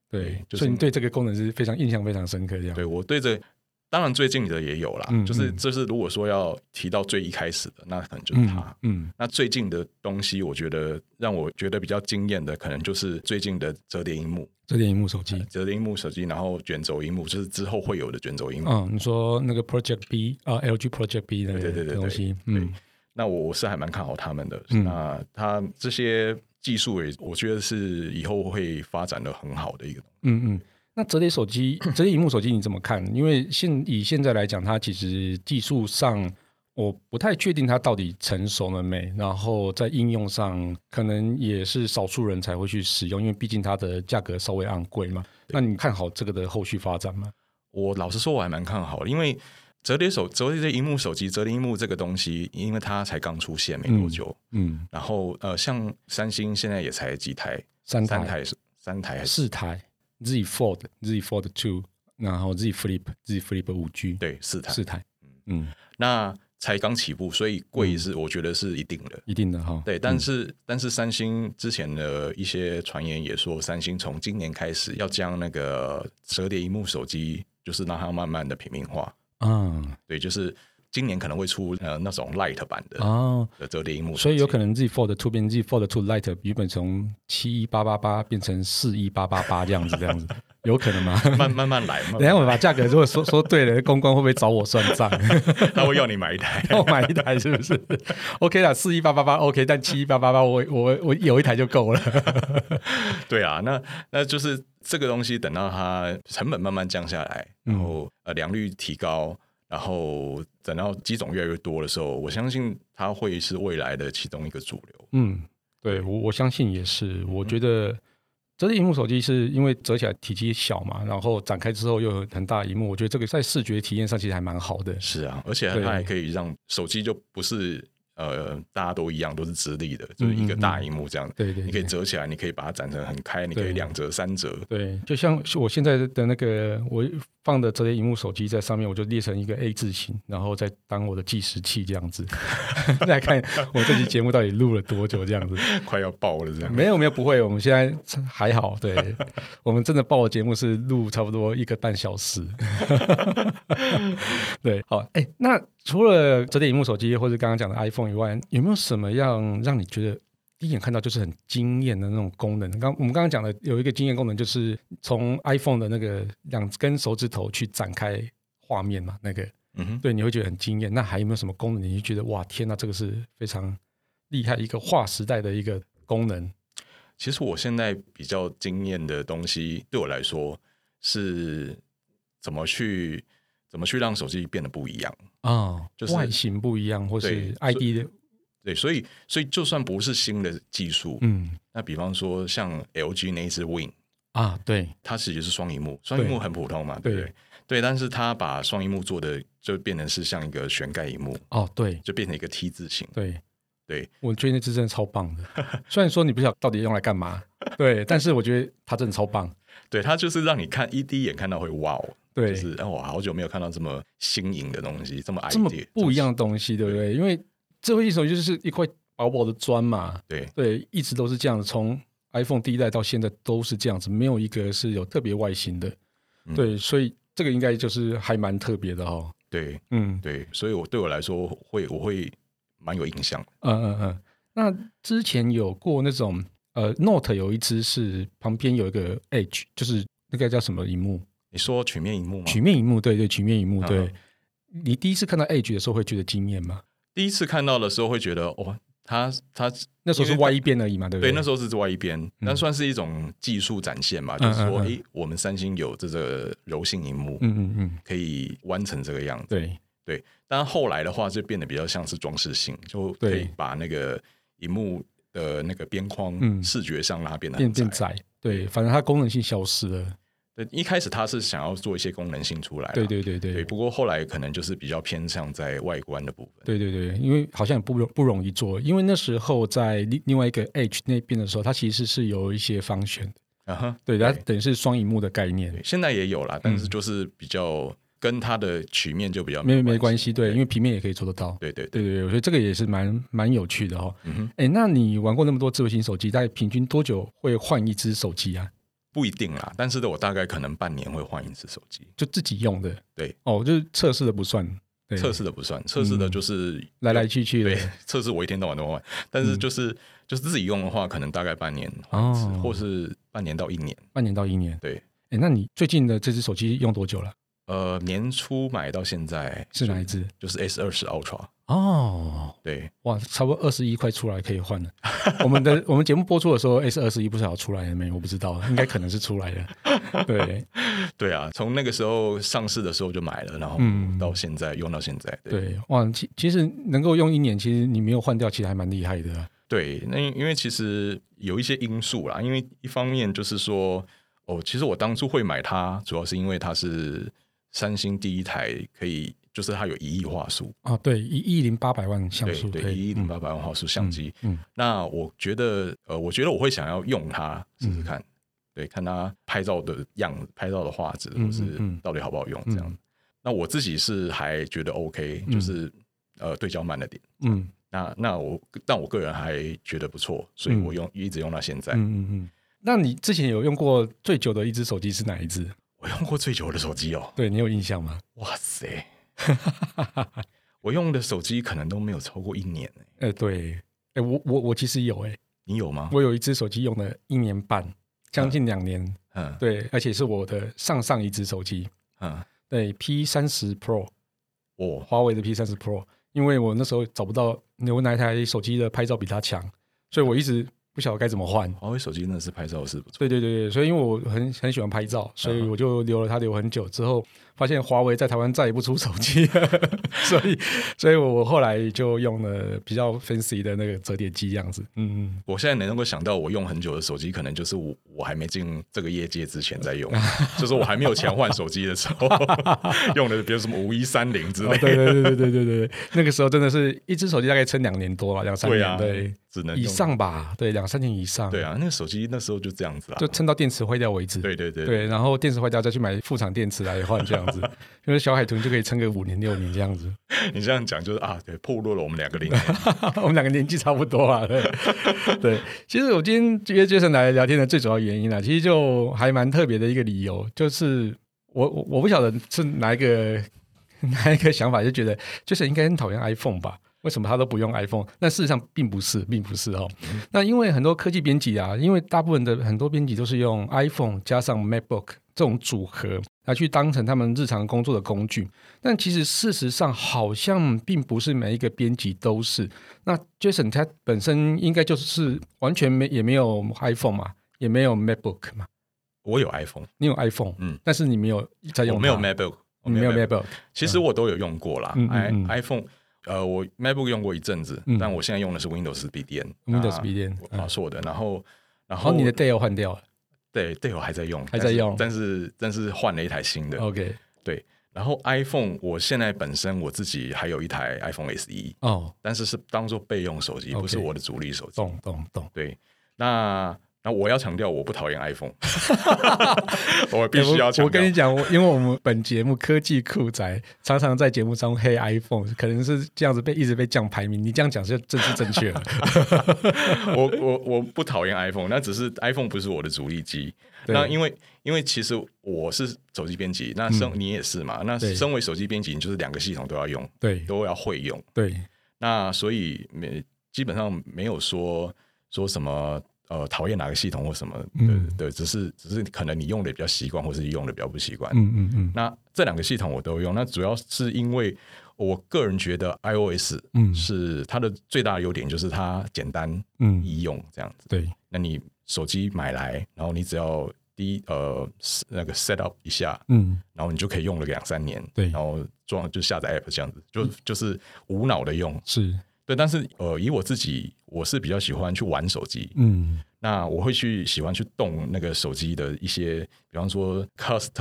Speaker 1: 对，
Speaker 2: 就是
Speaker 1: 所以你对这个功能是非常印象非常深刻，这样
Speaker 2: 对，我对这当然最近的也有啦，
Speaker 1: 嗯
Speaker 2: 就是
Speaker 1: 嗯
Speaker 2: 就是如果说要提到最一开始的，那可能就是它。
Speaker 1: 嗯
Speaker 2: 那最近的东西，我觉得让我觉得比较惊艳的，可能就是最近的折叠荧幕、
Speaker 1: 折叠荧幕手机。
Speaker 2: 折叠荧幕手机，然后卷轴荧幕，就是之后会有的卷轴荧幕。
Speaker 1: 嗯，你说那个 Project B 啊、l g Project B 的
Speaker 2: 对对对对
Speaker 1: 东西，
Speaker 2: 对
Speaker 1: 嗯
Speaker 2: 那我是还蛮看好他们的。
Speaker 1: 嗯
Speaker 2: 那它这些技术也，我觉得是以后会发展的很好的一个东西。
Speaker 1: 嗯嗯。那折叠手 机、折叠荧幕手机你怎么看？因为现以现在来讲，它其实技术上我不太确定它到底成熟了没，然后在应用上可能也是少数人才会去使用，因为毕竟它的价格稍微昂贵嘛。那你看好这个的后续发展吗？
Speaker 2: 我老实说，我还蛮看好的，因为折叠手、折叠荧幕手机、折叠荧幕这个东西，因为它才刚出现没多久，
Speaker 1: 嗯，
Speaker 2: 然后呃，像三星现在也才几台，
Speaker 1: 三台、
Speaker 2: 三台是三台还是
Speaker 1: 四台、Z Fold、Z Fold Two，然后 Z Flip、Z Flip 五 G，，
Speaker 2: 对四台，
Speaker 1: 四台，嗯，
Speaker 2: 那才刚起步，所以贵是、我觉得是一定的。
Speaker 1: 一定的哈。
Speaker 2: 对，但是、但是三星之前的一些传言也说，三星从今年开始要将那个折叠荧幕手机，就是让它慢慢的平民化。
Speaker 1: 嗯
Speaker 2: 对，就是今年可能会出呃那种 Light 版的、
Speaker 1: 哦，
Speaker 2: 的折叠荧幕手机，
Speaker 1: 所以有可能 Z Fold Two 变 Z Fold Two Lite 原本从七一八八八变成四一八八八这样子，这样子有可能 吗？
Speaker 2: 慢慢慢来，慢
Speaker 1: 等
Speaker 2: 慢
Speaker 1: 一下 我把价格如果说说对了，公关会不会找我算账？
Speaker 2: 他会要你买一 台。
Speaker 1: 让我买一台是不是？OK 啦，四一八八八 OK，但七一八八八我我我有一台就 够了。
Speaker 2: 对啊，那那就是这个东西，等到它成本慢慢降下来，
Speaker 1: 嗯
Speaker 2: 然后呃良率提高，然后等到机种越来越多的时候，我相信它会是未来的其中一个主流。
Speaker 1: 嗯，对我我相信也是，我觉得折叠屏幕手机是因为折起来体积小嘛，然后展开之后又有很大的荧幕，我觉得这个在视觉体验上其实还蛮好的。
Speaker 2: 是啊，而且
Speaker 1: 对
Speaker 2: 它还可以让手机就不是呃大家都一样都是直立的，就是一个
Speaker 1: 嗯嗯
Speaker 2: 大荧幕这样。
Speaker 1: 对对，
Speaker 2: 你可以
Speaker 1: 对
Speaker 2: 折起来，你可以把它展成很开，你可以
Speaker 1: 对
Speaker 2: 两折、三折。
Speaker 1: 对，就像是我现在的那个我放的折叠屏幕手机在上面，我就列成一个 A 字形，然后再当我的计时器这样子， 来看我这期节目到底录了多久这样子。
Speaker 2: 快要爆了这样。
Speaker 1: 没有没有，不会，我们现在还好。对， 我们真的报的节目是录差不多一个半小时。 对，好，哎、那除了折叠屏幕手机或者刚刚讲的 iPhone 以外，有没有什么样让你觉得？第一眼看到就是很惊艳的那种功能。刚我们刚刚讲的有一个惊艳功能，就是从 iPhone 的那个两根手指头去展开画面嘛，那个
Speaker 2: 嗯哼，
Speaker 1: 对，你会觉得很惊艳。那还有没有什么功能，你就觉得哇，天呐，这个是非常厉害一个划时代的一个功能？
Speaker 2: 其实我现在比较惊艳的东西，对我来说是怎么去怎么去让手机变得不一样。
Speaker 1: 啊、
Speaker 2: 就是
Speaker 1: 外形不一样，或
Speaker 2: 对
Speaker 1: 是
Speaker 2: 所
Speaker 1: ID 的，
Speaker 2: 对，所以所以就算不是新的技术，
Speaker 1: 嗯
Speaker 2: 那比方说像 LG 那一只 Win，
Speaker 1: 啊，对，
Speaker 2: 它其实是双荧幕，双荧幕很普通嘛，对
Speaker 1: 对
Speaker 2: 不对？对，但是它把双荧幕做的就变成是像一个悬盖荧幕，
Speaker 1: 哦，对
Speaker 2: 就变成一个 T 字形。
Speaker 1: 对
Speaker 2: 对，
Speaker 1: 我觉得那只真的超棒 的。虽然说你不晓得到底用来干嘛，对，但是我觉得它真的超棒。
Speaker 2: 对，它就是让你看一第一眼看到会哇哦，
Speaker 1: 对，
Speaker 2: 就是哦，我好久没有看到这么新颖的东西，这么 idea,
Speaker 1: 这么不一样的东西，对不对？因为智慧型手机就是一块薄薄的砖嘛，
Speaker 2: 对
Speaker 1: 对，一直都是这样，从 iPhone 第一代到现在都是这样子，没有一个是有特别外形的。
Speaker 2: 嗯
Speaker 1: 对，所以这个应该就是还蛮特别的哦。
Speaker 2: 对。
Speaker 1: 嗯，
Speaker 2: 对，所以我对我来说会我会蛮有印象的。
Speaker 1: 嗯嗯嗯。那之前有过那种呃，Note 有一只是旁边有一个 Edge，就是那个叫什么荧幕？
Speaker 2: 你说曲面荧幕吗？
Speaker 1: 曲面荧幕，对对，曲面荧幕，
Speaker 2: 哦嗯
Speaker 1: 对。你第一次看到 Edge 的时候会觉得惊艳吗？
Speaker 2: 第一次看到的时候会觉得，哇，它它
Speaker 1: 那时候是
Speaker 2: 因为它
Speaker 1: 歪一边而已嘛，对不
Speaker 2: 对
Speaker 1: 对？
Speaker 2: 那时
Speaker 1: 候
Speaker 2: 候是外一边，那算是一种技术展现嘛，就是
Speaker 1: 嗯
Speaker 2: 说，
Speaker 1: 嗯嗯嗯
Speaker 2: 诶，我们三星有这个柔性荧幕，
Speaker 1: 嗯嗯嗯，
Speaker 2: 可以弯成这个样子。
Speaker 1: 对，
Speaker 2: 但后来的话，就变得比较像是装饰性，就可
Speaker 1: 对
Speaker 2: 以把那个荧幕的那个边框，
Speaker 1: 嗯
Speaker 2: 视觉上让它变得
Speaker 1: 变
Speaker 2: 很
Speaker 1: 变
Speaker 2: 窄。
Speaker 1: 窄，对，反正它功能性消失了。
Speaker 2: 对，一开始它是想要做一些功能性出来啦，
Speaker 1: 对对对对
Speaker 2: 对，不过后来可能就是比较偏向在外观的部分。
Speaker 1: 对对对，因为好像也不容不容易做，因为那时候在另另外一个 Edge 那边的时候，它其实是有一些方选的，
Speaker 2: 啊哈，
Speaker 1: 对，嗯它等于是双荧幕的概念
Speaker 2: 对，现在也有啦，但是就是比较跟它的曲面就比较
Speaker 1: 没没
Speaker 2: 没
Speaker 1: 关
Speaker 2: 关
Speaker 1: 系，对，因为平面也可以做得到。
Speaker 2: 对对
Speaker 1: 对
Speaker 2: 对，
Speaker 1: 对对，我觉得这个也是蛮蛮有趣的哈、哦。
Speaker 2: 嗯哼，
Speaker 1: 哎，那你玩过那么多智慧型手机，大概平均多久会换一只手机啊？
Speaker 2: 不一定啦，但是我大概可能半年会换一次手机，
Speaker 1: 就自己用的？
Speaker 2: 对，
Speaker 1: 哦，就是测试的不算，对嗯
Speaker 2: 测试的不算，测试的就是
Speaker 1: 来来去去
Speaker 2: 对
Speaker 1: 的。
Speaker 2: 测试我一天到晚都换，但是就是就是自己用的话，可能大概半年换一次，
Speaker 1: 嗯哦
Speaker 2: 或是半年到一年。
Speaker 1: 半年到一年。
Speaker 2: 对，
Speaker 1: 哎，那你最近的这只手机用多久了？
Speaker 2: 呃，年初买到现在
Speaker 1: 是哪一只？
Speaker 2: 就是 S 二十 Ultra，
Speaker 1: 哦，
Speaker 2: 对，
Speaker 1: 哇，差不多二十一快出来可以换了。我们的我们节目播出的时候，S 二十一不知道出来了没？我不知道，应该可能是出来了。对
Speaker 2: 对啊，从那个时候上市的时候就买了，然后
Speaker 1: 嗯
Speaker 2: 到现在、用到现在，对
Speaker 1: 对，哇，其其实能够用一年，其实你没有换掉，其实还蛮厉害的啊。
Speaker 2: 对，那因因为其实有一些因素啦，因为一方面就是说，哦，其实我当初会买它，主要是因为它是三星第一台可以，就是它有一亿画素，
Speaker 1: 啊，对，一亿零八百万像
Speaker 2: 对
Speaker 1: 素，
Speaker 2: 对，一亿零八百万画素相机。
Speaker 1: 嗯嗯
Speaker 2: 那我觉得，呃，我觉得我会想要用它试
Speaker 1: 嗯
Speaker 2: 试看，对，看它拍照的样子、拍照的画质，
Speaker 1: 嗯
Speaker 2: 或是
Speaker 1: 嗯嗯
Speaker 2: 到底好不好用这样。
Speaker 1: 嗯
Speaker 2: 那我自己是还觉得 OK，
Speaker 1: 嗯
Speaker 2: 就是、呃对焦慢了点。
Speaker 1: 嗯
Speaker 2: 那那我但我个人还觉得不错，所以
Speaker 1: 嗯
Speaker 2: 我用、一直用到现在。
Speaker 1: 嗯嗯嗯。那你之前有用过最久的一只手机是哪一只？
Speaker 2: 我用过最久的手机哦，
Speaker 1: 对你有印象吗？
Speaker 2: 哇塞！ 我用的手机可能都没有超过一年、欸、
Speaker 1: 呃，对，哎，我我我其实有哎、
Speaker 2: 你有吗？
Speaker 1: 我有一只手机用了一年半，将近两年，
Speaker 2: 嗯
Speaker 1: 对，而且是我的上上一只手机，
Speaker 2: 嗯，
Speaker 1: 对，P 三十 Pro，
Speaker 2: 我
Speaker 1: 华为的 P 三十 Pro，因为我那时候找不到有哪一台手机的拍照比它强，所以我一直不晓得该怎么换。
Speaker 2: 华为手机真的是拍照是不错，
Speaker 1: 对对对对，所以因为我很很喜欢拍照，所以
Speaker 2: 嗯哼
Speaker 1: 我就留了它留很久。之后发现华为在台湾再也不出手机了， 所以所以我后来就用了比较 fancy 的那个折叠机这样子。嗯，嗯
Speaker 2: 我现在能够想到我用很久的手机，可能就是我我还没进这个业界之前 在用，就是我还没有钱换手机的时候用的，比如什么五一三零之
Speaker 1: 哦
Speaker 2: 类
Speaker 1: 对
Speaker 2: 的。
Speaker 1: 对对对对对对， 那个时候真的是一只手机大概撑两年多了，两三
Speaker 2: 对
Speaker 1: 年，
Speaker 2: 啊，
Speaker 1: 对，
Speaker 2: 只能
Speaker 1: 以
Speaker 2: 用
Speaker 1: 上吧，对，两三年以上，
Speaker 2: 对，啊，那个手机那时候就这样子啦
Speaker 1: 就。撑到电池坏掉为止。
Speaker 2: 对对对，
Speaker 1: 对，然后电池坏掉再去买副厂电池来换，这样 子，就是小海豚就可以撑个五年六年这样子。
Speaker 2: 你这样讲就是啊，对，破落了我们两个 零年。
Speaker 1: 我们两个年纪差不多啊。 对对，其实我今天约 Jason 来聊天的最主要原因啊，其实就还蛮特别的一个理由，就是我我我不晓得是哪一个 哪一个想法，就觉得 Jason 应该很讨厌 iPhone 吧。为什么他都不用 iPhone？但事实上并不是，并不是哦。那因为很多科技编辑啊，因为大部分的很多编辑都是用 iPhone 加上 MacBook 这种组合来去当成他们日常工作的工具。但其实事实上，好像并不是每一个编辑都是。那 Jason 他本身应该就是完全没也没有 iPhone 嘛，也没有 MacBook 嘛。
Speaker 2: 我有 iPhone，
Speaker 1: 你有 iPhone，
Speaker 2: 嗯
Speaker 1: 但是你没有在用它，
Speaker 2: 我没有 MacBook，我
Speaker 1: 你没有
Speaker 2: MacBook
Speaker 1: MacBook，
Speaker 2: 其实我都有用过啦、
Speaker 1: 嗯
Speaker 2: i
Speaker 1: 嗯嗯
Speaker 2: iPhone，呃，我 MacBook 用过一阵子，
Speaker 1: 嗯
Speaker 2: 但我现在用的是 Windows BDN。
Speaker 1: Windows BDN
Speaker 2: 啊，华硕的。然后，然
Speaker 1: 然
Speaker 2: 后
Speaker 1: 嗯哦后你的 Dell 换掉了
Speaker 2: 对对我还在用，
Speaker 1: 还在用
Speaker 2: 但是但是但是换了一台新的。
Speaker 1: ，OK，
Speaker 2: 然后 iPhone，我现在本身我自己还有一台 iPhone SE，
Speaker 1: 哦，
Speaker 2: 但是是当做备用手机，
Speaker 1: OK
Speaker 2: 不是我的主力手机。
Speaker 1: 懂懂懂。
Speaker 2: 对，那那我要强调，我不讨厌 iPhone，我必须要
Speaker 1: 哎我
Speaker 2: 强
Speaker 1: 我跟
Speaker 2: 调
Speaker 1: 你。讲，我因为我们本节目科技酷宅常常在节目中黑 iPhone，可能是这样子被一直被降排名。你这样讲是正是正确 了，
Speaker 2: 我我我不讨厌 iPhone，那只是 iPhone 不是我的主力机。
Speaker 1: 对
Speaker 2: 那因为因为其实我是手机编辑，那身、你也是嘛？那
Speaker 1: 嗯对
Speaker 2: 身为手机编辑，你就是两个系统都要用，
Speaker 1: 对
Speaker 2: 都要会用。
Speaker 1: 对，
Speaker 2: 那所以没基本上没有说说什么呃讨厌哪个系统或什么，对、
Speaker 1: 嗯
Speaker 2: 对，只是只是可能你用的比较习惯，或是用的比较不习惯。
Speaker 1: 嗯嗯嗯
Speaker 2: 那这两个系统我都用，那主要是因为我个人觉得 iOS
Speaker 1: 嗯
Speaker 2: 是它的最大的优点就是它简单
Speaker 1: 嗯，
Speaker 2: 易用这样子。
Speaker 1: 对，
Speaker 2: 那你手机买来，然后你只要第一呃那个 set up 一下，
Speaker 1: 嗯
Speaker 2: 然后你就可以用了两三年，
Speaker 1: 对
Speaker 2: 然后装就下载 app 这样子，就就是无脑的用。
Speaker 1: 是，
Speaker 2: 对，但是呃，以我自己，我是比较喜欢去玩手机，
Speaker 1: 嗯
Speaker 2: 那我会去喜欢去动那个手机的一些，比方说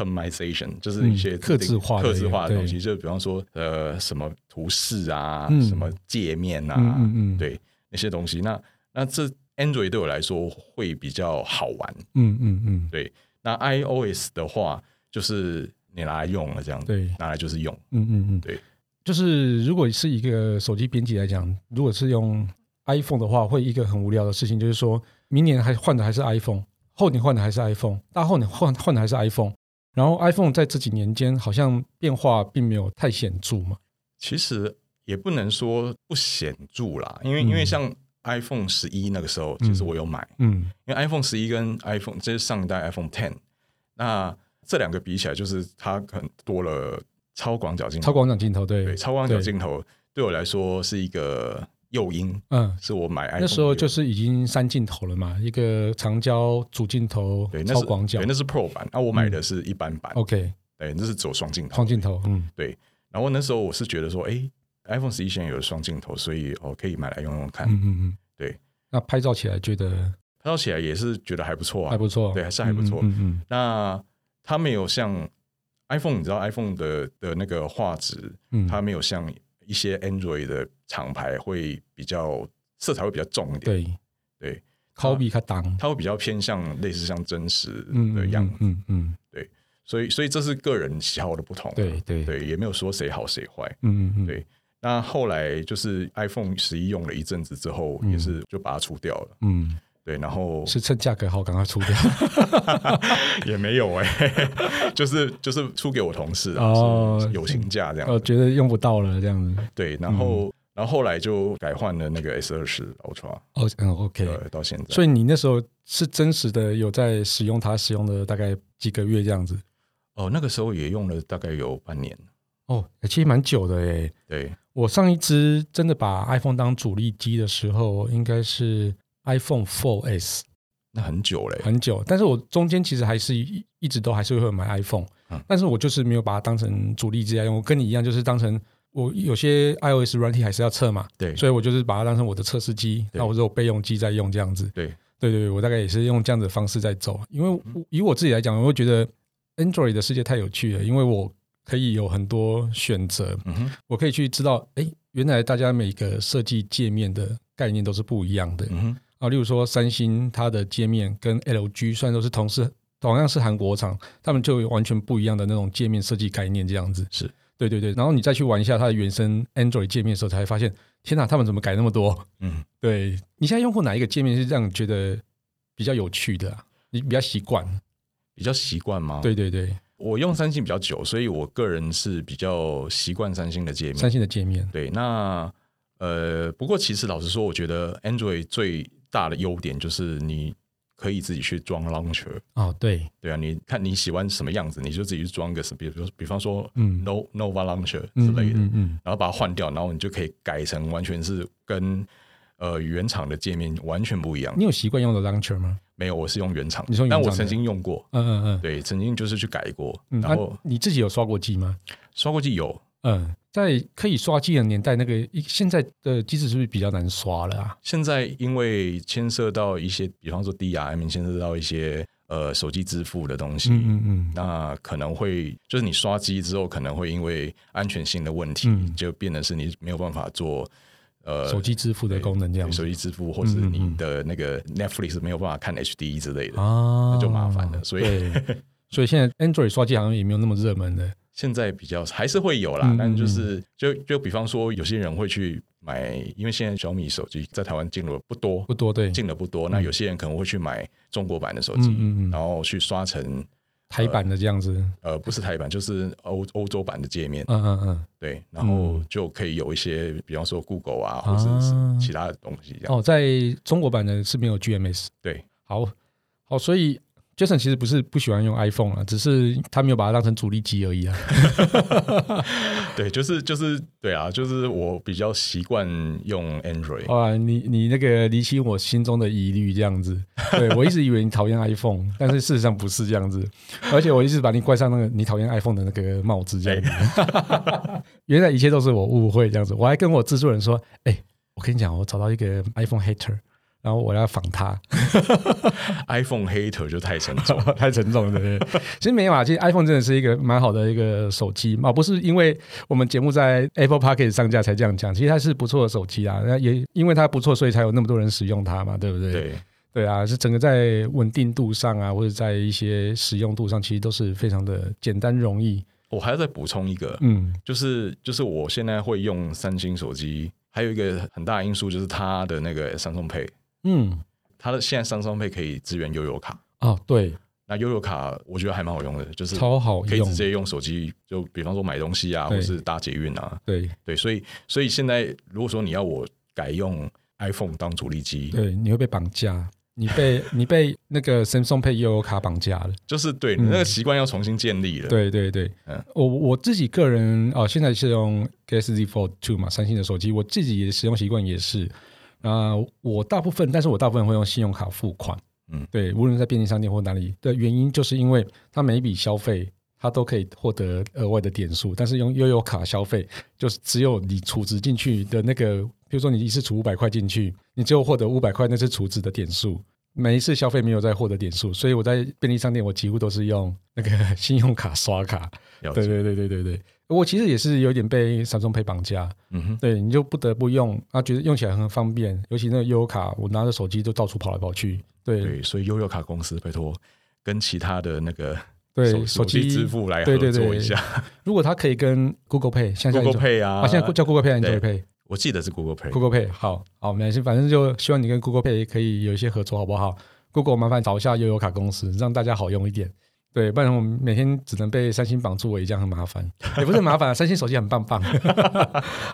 Speaker 2: customization，就是一些
Speaker 1: 嗯客制化的
Speaker 2: 客制化的
Speaker 1: 对
Speaker 2: 东西，就比方说呃什么图示啊，
Speaker 1: 嗯
Speaker 2: 什么界面啊，
Speaker 1: 嗯嗯嗯，
Speaker 2: 对那些东西。那那这 Android 对我来说会比较好玩。
Speaker 1: 嗯嗯嗯，
Speaker 2: 那 iOS 的话，就是你拿来用了这样子，
Speaker 1: 对，
Speaker 2: 拿来就是用。
Speaker 1: 嗯嗯嗯，
Speaker 2: 对，
Speaker 1: 就是如果是一个手机编辑来讲，如果是用 iPhone 的话，会一个很无聊的事情，就是说明年还换的还是 iPhone，后年换的还是 iPhone，大后年换换的还是 iPhone，然后 iPhone 在这几年间好像变化并没有太显著嘛。
Speaker 2: 其实也不能说不显著啦，因为、
Speaker 1: 嗯
Speaker 2: 因为像 iPhone 十一那个时候，
Speaker 1: 嗯
Speaker 2: 其实我有买，
Speaker 1: 嗯
Speaker 2: 因为 iPhone 十一跟 iPhone 这是上一代 iPhone Ten，那这两个比起来，就是它可能多了超广角镜头，
Speaker 1: 超广角镜头，对
Speaker 2: 对超广角
Speaker 1: 对
Speaker 2: 镜头对我来说是一个诱因，
Speaker 1: 嗯，
Speaker 2: 是我买 iPhone
Speaker 1: 那时候
Speaker 2: 的
Speaker 1: 就是已经三镜头了嘛，一个长焦主镜头
Speaker 2: 对，那
Speaker 1: 超
Speaker 2: 是
Speaker 1: 广角
Speaker 2: 对，那是 Pro 版，那、我买的是一般版，
Speaker 1: ，OK，
Speaker 2: 对，那是走双镜头，
Speaker 1: 双镜头，嗯
Speaker 2: 然后那时候我是觉得说，哎，iPhone 十一现在有双镜头，所以哦可以买来用用看，
Speaker 1: 嗯嗯嗯，
Speaker 2: 对。
Speaker 1: 那拍照起来觉得
Speaker 2: 拍照起来也是觉得还不错
Speaker 1: 还
Speaker 2: 啊。
Speaker 1: 不错，
Speaker 2: 对还是还不错
Speaker 1: 嗯嗯嗯
Speaker 2: 那它没有像 iPhone，你知道 iPhone 的的那个画质，
Speaker 1: 嗯，
Speaker 2: 它没有像一些 Android 的厂牌会比较色彩会比较重一点，
Speaker 1: 对
Speaker 2: 对，
Speaker 1: 考比卡档，
Speaker 2: 它会比较偏向类似像真实
Speaker 1: 嗯
Speaker 2: 的样子。
Speaker 1: 嗯嗯
Speaker 2: 所以，所以这是个人喜好的不同啊、
Speaker 1: 对
Speaker 3: 对
Speaker 2: 对，也没有说谁好谁坏。
Speaker 1: 嗯嗯嗯，
Speaker 2: 对那后来就是 iPhone 十一用了一阵子之后，
Speaker 1: 嗯
Speaker 2: 也是就把它出掉了。
Speaker 1: 嗯，
Speaker 2: 对，然后
Speaker 1: 是趁价格好赶快出掉，
Speaker 2: 也没有哎、 就是就是出给我同事啊，
Speaker 1: 哦
Speaker 2: 是友情价这样子。
Speaker 1: 呃，觉得用不到了这样子。
Speaker 2: 对，然
Speaker 1: 嗯
Speaker 2: 后、然后后来就改换了那个 S 二十 Ultra，
Speaker 1: 哦，嗯，OK。
Speaker 2: 对，到现在。
Speaker 1: 所以你那时候是真实的有在使用它，使用了大概几个月这样子。
Speaker 2: 哦，那个时候也用了大概有半年。
Speaker 1: 哦，其实蛮久的诶。
Speaker 2: 对，
Speaker 1: 我上一支真的把 iPhone 当主力机的时候，应该是 iPhone 4S，
Speaker 2: 那很久嘞、
Speaker 1: 很久。但是我中间其实还是一一直都还是会买 iPhone，、
Speaker 2: 嗯
Speaker 1: 但是我就是没有把它当成主力机来用。我跟你一样，就是当成我有些 iOS 软体还是要测嘛，
Speaker 2: 对，
Speaker 1: 所以我就是把它当成我的测试机，
Speaker 2: 对
Speaker 1: 那我是有备用机在用这样子。
Speaker 2: 对，嗯
Speaker 1: 对对对，我大概也是用这样子的方式在走。因为我以我自己来讲，我会觉得 Android 的世界太有趣了，因为我可以有很多选择，
Speaker 2: 嗯哼，
Speaker 1: 我可以去知道，哎，原来大家每个设计界面的概念都是不一样的。
Speaker 2: 嗯哼，
Speaker 1: 啊，例如说三星它的界面跟 LG 虽然都是同事，同样是韩国厂，他们就有完全不一样的那种界面设计概念，这样子
Speaker 2: 是
Speaker 1: 对对对。然后你再去玩一下它的原生 Android 界面的时候，才会发现，天哪，他们怎么改那么多？
Speaker 2: 嗯，
Speaker 1: 对你现在用过哪一个界面是让你觉得比较有趣的啊、你比较习惯？
Speaker 2: 比较习惯吗？，
Speaker 1: 对对对，
Speaker 2: 我用三星比较久，所以我个人是比较习惯三星的界面
Speaker 1: 三。星的界面，
Speaker 2: 对，那呃，不过其实老实说，我觉得 Android 最大的优点就是你可以自己去装 launcher。
Speaker 1: 哦，对，
Speaker 2: 对啊，你看你喜欢什么样子，你就自己去装个什么，比如说比方说
Speaker 1: 嗯
Speaker 2: No Nova Launcher 之
Speaker 1: 嗯
Speaker 2: 类的，
Speaker 1: 嗯嗯
Speaker 2: 然后把它换掉，然后你就可以改成完全是跟呃原厂的界面完全不一样
Speaker 1: 嗯。你有习惯用的 Launcher 吗？
Speaker 2: 没有，我是用原厂的，
Speaker 1: 你是用原
Speaker 2: 但我
Speaker 1: 厂的
Speaker 2: 曾经用过，
Speaker 1: 嗯嗯嗯，
Speaker 2: 对，曾经就是去改过，
Speaker 1: 嗯，
Speaker 2: 然后
Speaker 1: 啊、你自己有刷过机吗？
Speaker 2: 刷过去有，
Speaker 1: 嗯，在可以刷机的年代，那个一现在的机子是不是比较难刷了啊？
Speaker 2: 现在因为牵涉到一些，比方说 DRM，牵涉到一些呃手机支付的东西，
Speaker 1: 嗯
Speaker 2: 那可能会就是你刷机之后，可能会因为安全性的问题，
Speaker 1: 嗯
Speaker 2: 就变成是你没有办法做呃
Speaker 1: 手机支付的功能这样
Speaker 2: 对
Speaker 1: 子
Speaker 2: 手机支付，或是
Speaker 1: 嗯嗯
Speaker 2: 你
Speaker 1: 嗯
Speaker 2: 的那个 Netflix 没有办法看 HD 之类的。
Speaker 1: 啊
Speaker 2: 那就麻烦了所以
Speaker 1: 对所以现在 Android 刷机好像也没有那么热门的。
Speaker 2: 现在比较还是会有啦，
Speaker 1: 嗯
Speaker 2: 但就是就就比方说，有些人会去买，因为现在小米手机在台湾进入不多
Speaker 1: 不，多对，嗯
Speaker 2: 进的不多。那有些人可能会去买中国版的手机，
Speaker 1: 嗯嗯嗯，
Speaker 2: 然后去刷成
Speaker 1: 台版的这样子，
Speaker 2: 呃不是台版，就是欧欧洲版的界面，
Speaker 1: 嗯嗯嗯，
Speaker 2: 对，然后就可以有一些，比方说 Google 啊，或者是
Speaker 1: 啊
Speaker 2: 其他的东西这样。
Speaker 1: 哦，在中国版的是没有 GMS。
Speaker 2: 对，
Speaker 1: 好，好，所以 Jason 其实不是不喜欢用 iPhone 啊，只是他没有把它当成主力机而已啊。
Speaker 2: 对，就是就是对啊，就是我比较习惯用 Android，、
Speaker 1: 哇，你你那个理清我心中的疑虑，这样子。对我一直以为你讨厌 iPhone，但 是事实上不是这样子。而且我一直把你冠上那个你讨厌 iPhone 的那个帽子，这样子。 原来一切都是我误会，这样子。我还跟我制作人说，哎、我跟你讲，我找到一个 iPhone hater。然后我要仿他，
Speaker 2: iPhone hater 就太沉重。
Speaker 1: 太沉重了。对不对 其实没有啊，其实 iPhone 真的是一个蛮好的一个手机嘛，不是因为我们节目在 Apple p o c k e t 上架才这样讲，其实它是不错的手机啊，那也因为它不错，所以才有那么多人使用它嘛，对 不对？
Speaker 2: 对，
Speaker 1: 对啊，是整个在稳定度上啊，或者在一些使用度上，其实都是非常的简单容易。
Speaker 2: 我还要再补充一个，
Speaker 1: 嗯，
Speaker 2: 就是就是我现在会用三星手机，还有一个很大的因素就是它的那个 Samsung Pay，
Speaker 1: 嗯，
Speaker 2: 它的现在 Samsung Pay 可以支援悠游卡。
Speaker 1: 哦，对，
Speaker 2: 那悠游卡我觉得还蛮好用的，就是
Speaker 1: 超好
Speaker 2: 可以
Speaker 1: 用
Speaker 2: 直，接用手机，就比方说买东西啊，
Speaker 1: 对
Speaker 2: 或是搭捷运啊，
Speaker 1: 对
Speaker 2: 对，所以所以现在如果说你要我改用 iPhone 当主力机，
Speaker 1: 对，你会被绑架，你被 你被那个 Samsung Pay 悠游卡绑架了。
Speaker 2: 就是对
Speaker 1: 嗯
Speaker 2: 你那个习惯要重新建立了。，
Speaker 1: 对对对，
Speaker 2: 嗯
Speaker 1: 我我自己个人哦、呃现在是用 Galaxy Z Fold Two 嘛，三星的手机，我自己的使用习惯也是。啊、我大部分，但是我大部分会用信用卡付款。
Speaker 2: 嗯
Speaker 1: 对，无论在便利商店或哪里的原因，就是因为它每一笔消费，它都可以获得额外的点数，但是用悠游卡消费，就是只有你储值进去的那个，比如说你一次储五百块进去，你只有获得五百块那是储值的点数，每一次消费没有再获得点数，所以我在便利商店我几乎都是用那个 信用卡刷卡。
Speaker 2: 了
Speaker 1: 对
Speaker 2: 解。
Speaker 1: 对对对对对，我其实也是有点被 Samsung Pay 绑架，
Speaker 2: 嗯哼，
Speaker 1: 对你就不得不用，啊，觉得用起来很方便，尤其那个悠游卡，我拿着手机就到处跑来跑去。对
Speaker 2: 对，所以悠游卡公司拜托跟其他的那个手
Speaker 1: 对，
Speaker 2: 手
Speaker 1: 手
Speaker 2: 机
Speaker 1: 机
Speaker 2: 支付来
Speaker 1: 对
Speaker 2: 合
Speaker 1: 对对
Speaker 2: 作一下
Speaker 1: 如果它可以跟 Google Pay，现在
Speaker 2: g o
Speaker 1: 叫
Speaker 2: o g l e Pay 啊，
Speaker 1: 啊，现在叫 Google Pay 还是
Speaker 2: 对
Speaker 1: Android Pay？
Speaker 2: 我记得是 Google Pay。
Speaker 1: Google Pay，好好，没关系，反正就希望你跟 Google Pay 可以有一些合作，好不好？Google 麻烦找一下悠游卡公司，让大家好用一点。对，不然我们每天只能被三星绑住尾，这样很麻烦。也不是很麻烦、啊，三星手机很棒棒。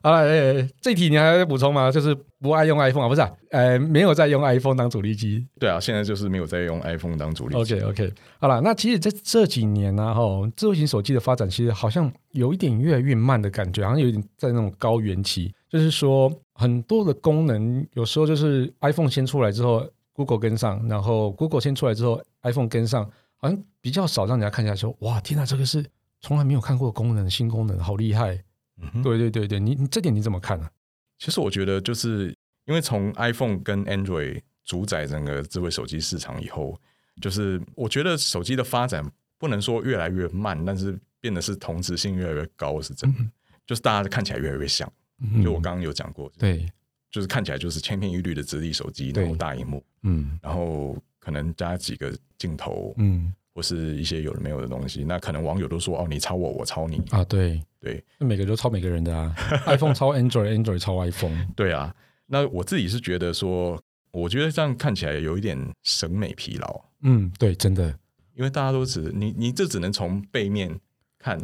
Speaker 1: 好了、呃这题你还要补充吗？就是不爱用 iPhone 啊，不是、啊，呃，没有在用 iPhone 当主力机，
Speaker 2: 对啊，现在就是没有在用 iPhone 当主力机。
Speaker 1: OK 哦 OK，好了，那其实在这几年呢、啊，哈，智慧型手机的发展其实好像有一点越来越慢的感觉，好像有点在那种高原期，就是说很多的功能有时候就是 iPhone 先出来之后，Google 跟上，然后 Google 先出来之后，iPhone 跟上，好像比较少让人家看下去说，哇，天哪，这个是从来没有看过的功能，新功能，好厉害！
Speaker 2: 嗯哼，
Speaker 1: 对对对对，你你这点你怎么看呢、啊
Speaker 2: 其实我觉得就是因为从 iPhone 跟 Android 主宰整个智慧手机市场以后，就是我觉得手机的发展不能说越来越慢，但是变得是同质性越来越高，是真的。就是大家看起来越来越像，
Speaker 1: 嗯
Speaker 2: 就我刚刚有讲过，
Speaker 1: 对，
Speaker 2: 就是看起来就是千篇一律的直立手机，
Speaker 1: 对
Speaker 2: 然后大荧幕，
Speaker 1: 嗯
Speaker 2: 然后可能加几个镜头
Speaker 1: 嗯
Speaker 2: 或是一些有的没有的东西。那可能网友都说哦，你抄我，我抄你，
Speaker 1: 啊，对
Speaker 2: 对，
Speaker 1: 每个都抄每个人的 啊，iPhone 抄 Android，Android 抄 iPhone。
Speaker 2: 对啊，那我自己是觉得说，我觉得这样看起来有一点审美疲劳，
Speaker 1: 嗯，对，真的，
Speaker 2: 因为大家都只你你这只能从背面看，